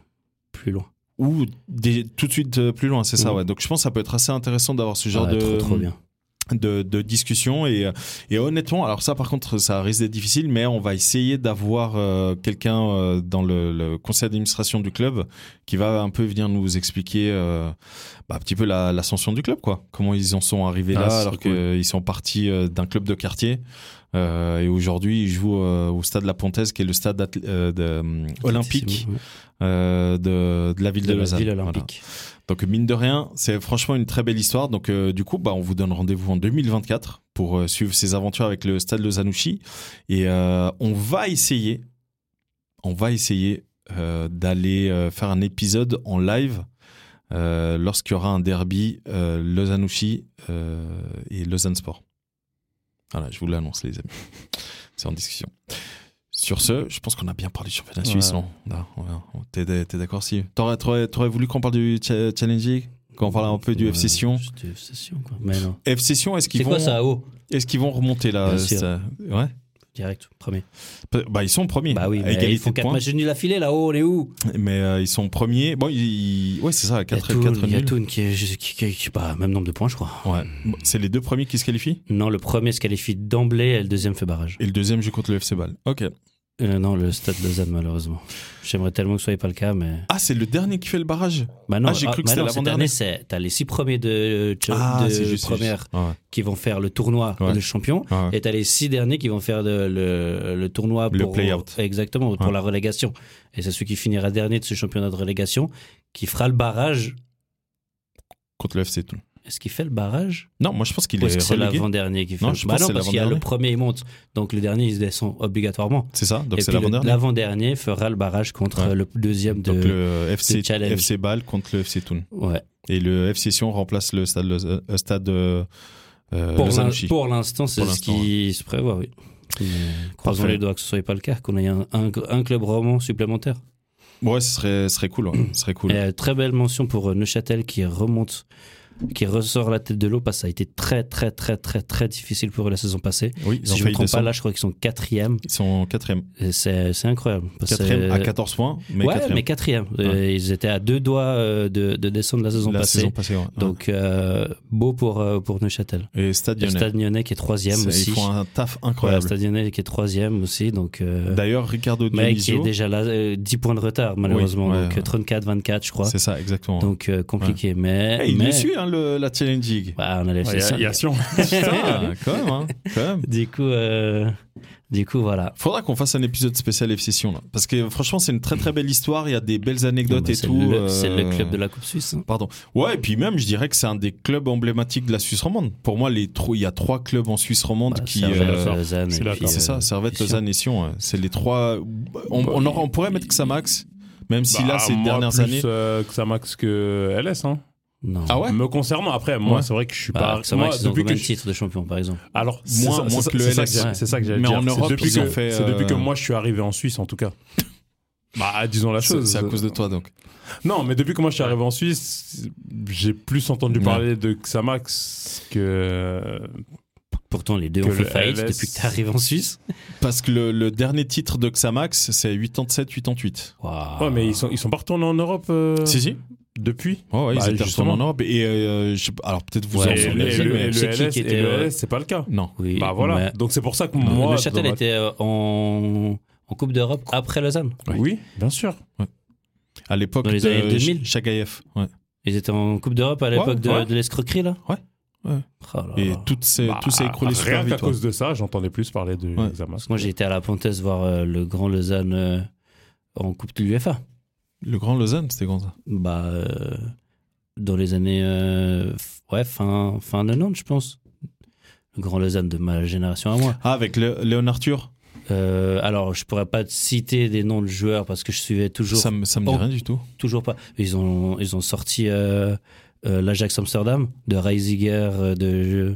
E: plus loin.
C: ou des- tout de suite euh, plus loin, c'est ça,
E: Mhm.
C: ouais. Donc je pense que ça peut être assez intéressant d'avoir ce genre
E: Ah,
C: de,
E: Trop, trop bien.
C: de, de discussion. Et, euh, et honnêtement, alors ça par contre, ça risque d'être difficile, mais on va essayer d'avoir euh, quelqu'un euh, dans le, le conseil d'administration du club qui va un peu venir nous expliquer euh, bah, un petit peu la- l'ascension du club, quoi. Comment ils en sont arrivés
D: Ah,
C: là,
D: c'est
C: alors
D: cool.
C: qu'ils sont partis euh, d'un club de quartier. Euh, et aujourd'hui, ils jouent euh, au stade La Pontaise, qui est le stade athl- euh, de, euh, olympique
E: Effectivement.
C: euh, de, de la ville de,
E: De la
C: Lausanne.
E: ville
C: Voilà.
E: olympique.
C: Donc mine de rien, c'est franchement une très belle histoire. Donc euh, du coup, bah, on vous donne rendez-vous en 2024 pour euh, suivre ces aventures avec le stade de Zanouchi. Et euh, on va essayer, on va essayer euh, d'aller euh, faire un épisode en live euh, lorsqu'il y aura un derby euh, Lausanne-Ouchy euh, et Lausanne Sport. Voilà, je vous l'annonce les amis. <laughs> C'est en discussion. Sur ce, je pense qu'on a bien parlé du championnat suisse,
D: Ouais.
C: non Non, ouais. T'es t'es d'accord si T'aurais- T'aurais t'aurais voulu qu'on parle du cha- Challenge League Qu'on parle un peu du
E: Ouais,
C: FC Sion
E: juste du FC Sion, quoi. Mais non.
C: FC Sion, est-ce
E: C'est
C: qu'ils vont,
E: quoi ça, haut
C: est qu'ils vont remonter là
E: Bien sûr.
C: ça- ouais
E: Direct, premier.
C: Pe- bah, Ils sont premiers.
E: Bah oui,
C: à
E: mais
C: égalité
E: ils font
C: de
E: 4
C: points.
E: matchs nuls affilés là-haut, on est où
C: Mais euh, ils sont premiers. Bon, ils- ouais, c'est ça,
E: Il y a
C: 4
E: Thun,
C: 4
E: il y a
C: nuls.
E: Thun qui est qui- qui- qui- bah, même nombre de points, je crois.
C: Ouais. Bon, C'est les deux premiers qui se qualifient
E: Non, le premier se qualifie d'emblée et le deuxième fait barrage.
C: et le deuxième joue contre le FC Ball. Ok.
E: Euh, non, le stade Lausanne, malheureusement. J'aimerais tellement que ce soit pas le cas, mais.
C: Ah, c'est le dernier qui fait le barrage.
E: Bah non,
C: Ah, j'ai cru que
E: bah
C: c'était
E: non, cette
C: l'avant-dernier.
E: année, c'est- T'as les six premiers de, de,
C: ah,
E: de
C: c'est juste
E: première
C: c'est juste.
E: qui vont faire le tournoi
C: Ouais.
E: et le champion.
C: Ouais, ouais.
E: Et t'as les six derniers qui vont faire le, le- le tournoi
C: Le
E: pour
C: play-out.
E: Exactement, pour
C: Ouais.
E: la relégation. Et c'est celui qui finira dernier de ce championnat de relégation qui fera le barrage.
C: Contre le FC Toulon.
E: Est-ce qu'il fait le barrage
C: Non, moi je pense qu'il
E: Ou
C: est,
E: est-ce que c'est
C: relégué.
E: l'avant-dernier qui fait
C: Non,
E: le-
C: je
E: Bah
C: pense que
E: non,
C: c'est
E: parce qu'il y a le
C: l'avant-dernier.
E: premier il monte. Donc le dernier, il descend obligatoirement.
C: C'est ça, donc
E: Et
C: c'est
E: puis le-
C: l'avant-dernier.
E: l'avant-dernier fera le barrage contre
C: Ouais.
E: le deuxième de.
C: Donc le euh, FC,
E: de challenge.
C: FC Ball contre le FC Toon.
E: Ouais.
C: Et le FC Sion remplace le stade, le stade euh, euh,
E: Pour l'in-
C: Lozanchi.
E: pour l'instant, c'est
C: Pour
E: ce
C: l'instant,
E: qui se prévoit, oui. Mais Croisons
C: Parfait.
E: les doigts que ce soit pas le cas, qu'on ait un, un- un club roman supplémentaire.
C: Ouais, ce serait, ce serait cool. ouais. Ce serait cool.
E: Et, euh, très belle mention pour euh, Neuchâtel qui remonte, qui ressort la tête de l'eau parce que ça a été très très très très très difficile pour eux la saison passée.
C: oui, ils ont
E: si je me
C: failli
E: trompe pas,
C: descendre.
E: là je crois qu'ils sont quatrième.
C: Ils sont quatrième.
E: Et C'est c'est incroyable. parce que-
C: Quatrième à 14 points, mais
E: ouais,
C: quatrième.
E: mais quatrième. Euh, Ils étaient à deux doigts euh, de, de descendre la saison
C: la
E: passée.
C: saison passée. ouais.
E: Donc euh, beau pour, euh, pour Neuchâtel.
C: Et Stade
E: Le
C: Lyonnais.
E: Stade Lyonnais qui est troisième
C: C'est-
E: aussi.
C: Ils font un taf
E: Voilà,
C: incroyable.
E: Stade Lyonnais qui est troisième aussi. Donc, euh,
C: D'ailleurs, Ricardo
E: mais qui est
C: Dionisio.
E: déjà là, euh, 10 points de retard malheureusement.
C: ouais,
E: donc
C: ouais.
E: 34-24 je crois.
C: C'est ça, exactement.
E: Donc euh, compliqué. Mais,
C: Eh, il
E: mais-
C: le suit, hein, le- la Challenge
E: <laughs>
C: League.
E: Ouais, on allait
D: Il
E: faire ça.
D: y a Sion.
C: Putain, quand même, hein, quand même.
E: Du coup, euh, du coup, voilà.
C: Faudra qu'on fasse un épisode spécial FC Sion, là. Parce que franchement, c'est une très très belle histoire. Il y a des belles anecdotes
E: Bah,
C: et
E: c'est
C: tout.
E: le,
C: euh,
E: c'est le club de la Coupe Suisse. hein.
C: Pardon. Ouais, et puis même, je dirais que c'est un des clubs emblématiques de la Suisse romande. Pour moi, les trois- il y a trois clubs en Suisse romande
E: Bah,
C: qui.
E: Servette,
C: euh,
E: Lausanne,
D: c'est
E: et
D: la-
E: puis,
C: c'est
E: euh,
C: ça, Servette,
E: Sion. Bah,
C: Lausanne et Sion. ouais. C'est les trois. On, on, aura- on pourrait mettre Xamax, même <laughs> si là,
D: Bah,
C: ces
D: moi,
C: dernières
D: plus,
C: années.
D: euh, Xamax que LS. Hein.
E: Non.
C: Ah ouais
D: Me concernant, après, moi,
C: Ouais.
D: c'est vrai que je suis
E: Bah,
D: pas.
E: ça
D: moi,
E: marche, ils ont
D: depuis
E: combien
D: que
E: de
D: je-
E: titres de champion, par exemple
D: Alors,
C: Moins-
D: c'est ça-
C: moins
D: c'est
C: que le LS,
D: ça- c'est ça que j'ai-
E: ouais.
D: C'est ça que j'allais
C: Mais
D: dire.
C: en Europe,
D: c'est depuis,
C: ils ont
D: que,
C: fait,
D: c'est depuis
C: euh,
D: que moi je suis arrivé en Suisse, en
C: <laughs>
D: tout cas. Bah, disons la
C: C'est
D: chose.
C: c'est à cause de toi, donc.
D: Non, mais depuis que moi je suis arrivé en Suisse, j'ai plus entendu
C: Ouais.
D: parler de Xamax que.
E: Pourtant, les deux
D: Que
E: ont fait
D: le
E: faillite
D: LS.
E: depuis que tu arrives en Suisse.
C: Parce que le, le dernier titre de Xamax, c'est 87-88.
E: Waouh.
D: Ouais, mais ils sont, ils sont pas retournés en Europe euh,
C: Ah. Si, si.
D: depuis.
C: Ouais, ouais,
D: Bah,
C: ils étaient retournés
D: justement.
C: en Europe. Et euh, je sais pas- alors, peut-être vous
E: Ouais,
C: en
D: et,
C: souvenez.
D: le, et le-
C: mais-
D: et le
E: C'est qui
D: LS,
E: qui
D: et
E: était,
D: le
E: euh,
D: LS, c'est pas le cas.
C: Non.
E: Oui,
D: Bah voilà.
E: mais-
D: Donc c'est pour ça que
E: Le
D: moi.
E: Neuchâtel
D: dans ma-
E: était euh, en, en Coupe d'Europe après Lausanne.
D: Oui, bien sûr.
C: À l'époque
E: Dans les années
C: de
E: 2000.
C: Chagayev. Ouais.
E: Ils étaient en Coupe d'Europe à l'époque de,
C: ouais.
E: de l'escroquerie, là
C: Ouais, ouais.
E: Oh là
C: Et
E: là.
C: toutes ces, tout s'est écroulé hein. sur leur
D: Ah. Bah, Rien qu'à
C: victoire.
D: cause de ça, j'entendais plus parler de
C: Ouais.
D: Xamax.
E: Parce que moi, j'ai été à la Pontaise voir euh, le grand Lausanne euh, en Coupe de l'UFA.
C: Le Grand Lausanne, c'était comme ça.
E: Bah, euh, dans les années. euh, f- ouais, fin, fin 90, je pense. Le grand Lausanne de ma génération à moi.
C: Ah, avec le, Léon Arthur
E: Euh, alors, je pourrais pas te citer des noms de joueurs parce que je suivais toujours,
C: Ça me, ça me dit
E: Oh.
C: rien du tout.
E: toujours pas. Ils ont, ils ont sorti euh, euh, l'Ajax Amsterdam de Reisiger, euh, de je,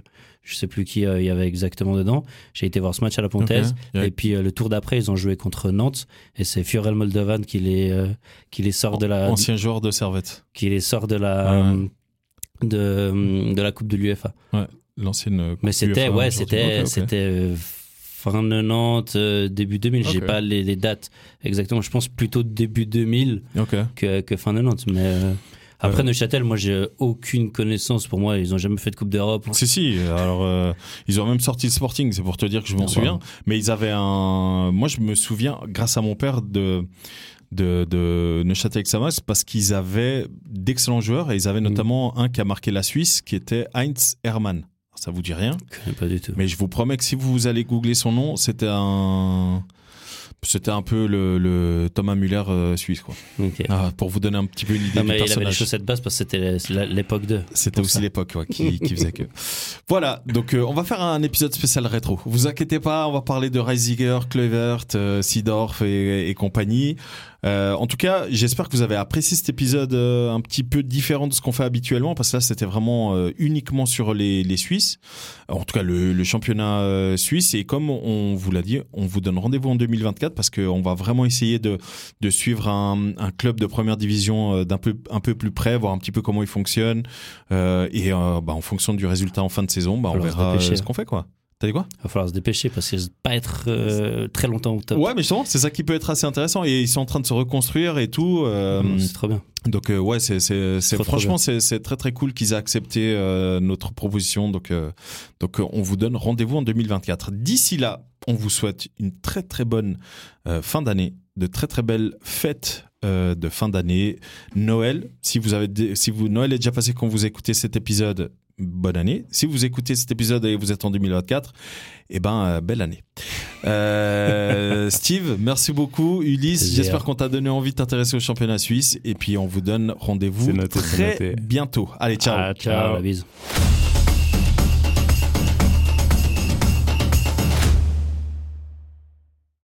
E: je sais plus qui euh, il y avait exactement dedans. J'ai été voir ce match à la Pontaise.
C: Ok. Il y a-
E: Et puis euh, le tour d'après, ils ont joué contre Nantes et c'est Fiorel Moldovan qui les, euh, qui les sort de la,
C: Ancien joueur de Servette.
E: qui les sort de la,
C: Ouais.
E: de, de la Coupe de l'UEFA.
C: L'ancienne. euh,
E: Mais
C: Coupe
E: c'était,
C: UEFA,
E: ouais,
C: genre,
E: c'était,
C: ok, ok.
E: c'était euh, fin 90, euh, début 2000. J'ai
C: Ok.
E: pas les, les dates exactement. Je pense plutôt début 2000
C: Ok.
E: que, que fin 90. Mais euh, après Neuchâtel, moi, j'ai aucune connaissance. Pour moi, ils ont jamais fait de Coupe d'Europe.
C: Si, si. Alors, euh, ils ont même sorti le Sporting, c'est pour te dire que je m'en
E: Ah,
C: souviens. Mais ils avaient un. Moi, je me souviens, grâce à mon père, de. De, de Neuchâtel Xamax parce qu'ils avaient d'excellents joueurs et ils
E: Mm.
C: avaient notamment un qui a marqué la Suisse qui était Heinz Hermann. Ça vous dit rien
E: Je connais pas du tout.
C: Mais je vous promets que si vous allez googler son nom, c'était un. C'était un peu le, le Thomas Muller euh, suisse, quoi.
E: Ok.
C: Ah, pour vous donner un petit peu une idée
E: Non,
C: du
E: mais il avait les
C: personnage.
E: chaussettes basses parce que c'était la- l'époque de.
C: C'était aussi l'époque ouais, qui, qui faisait que. Voilà, donc euh, on va faire un épisode spécial rétro. Vous inquiétez pas, on va parler de Reisiger, Kluivert, euh, Seedorf et, et compagnie. Euh, en tout cas, j'espère que vous avez apprécié cet épisode euh, un petit peu différent de ce qu'on fait habituellement, parce que là c'était vraiment euh, uniquement sur les, les Suisses, Euh, en tout cas le, le championnat euh, suisse. Et comme on vous l'a dit, on vous donne rendez-vous en 2024 parce qu'on va vraiment essayer de, de suivre un, un club de première division euh, d'un peu un peu plus près, voir un petit peu comment il fonctionne. Euh, et euh, bah, en fonction du résultat en fin de saison, bah, on
E: Alors,
C: verra euh,
E: dépêcher.
C: ce qu'on fait quoi. T'as dit quoi
E: Il va falloir se dépêcher parce qu'ils vont pas être euh, très longtemps au top.
C: Ouais, mais justement, c'est ça qui peut être assez intéressant. Et ils sont en train de se reconstruire et tout. euh,
E: Non, Hmm, c'est trop bien.
C: donc euh, ouais, c'est c'est c'est-
E: trop, trop
C: franchement c'est c'est très très cool qu'ils aient accepté euh, notre proposition. Donc euh, donc euh, on vous donne rendez-vous en 2024. D'ici là, on vous souhaite une très très bonne euh, fin d'année, de très très belles fêtes euh, de fin d'année, Noël. Si vous avez dé- si vous Noël est déjà passé quand vous écoutez cet épisode, bonne année. Si vous écoutez cet épisode et vous êtes en 2024, eh ben euh, belle année.
D: <laughs>
C: Euh, Steve, merci beaucoup. Ulysse,
E: Plaisir.
C: j'espère qu'on t'a donné envie de t'intéresser au championnat suisse. Et puis, on vous donne rendez-vous
D: C'est noté, c'est
C: très
D: noté.
C: bientôt. Allez, ciao.
D: Ah,
E: Ciao, la bise.
C: Ciao.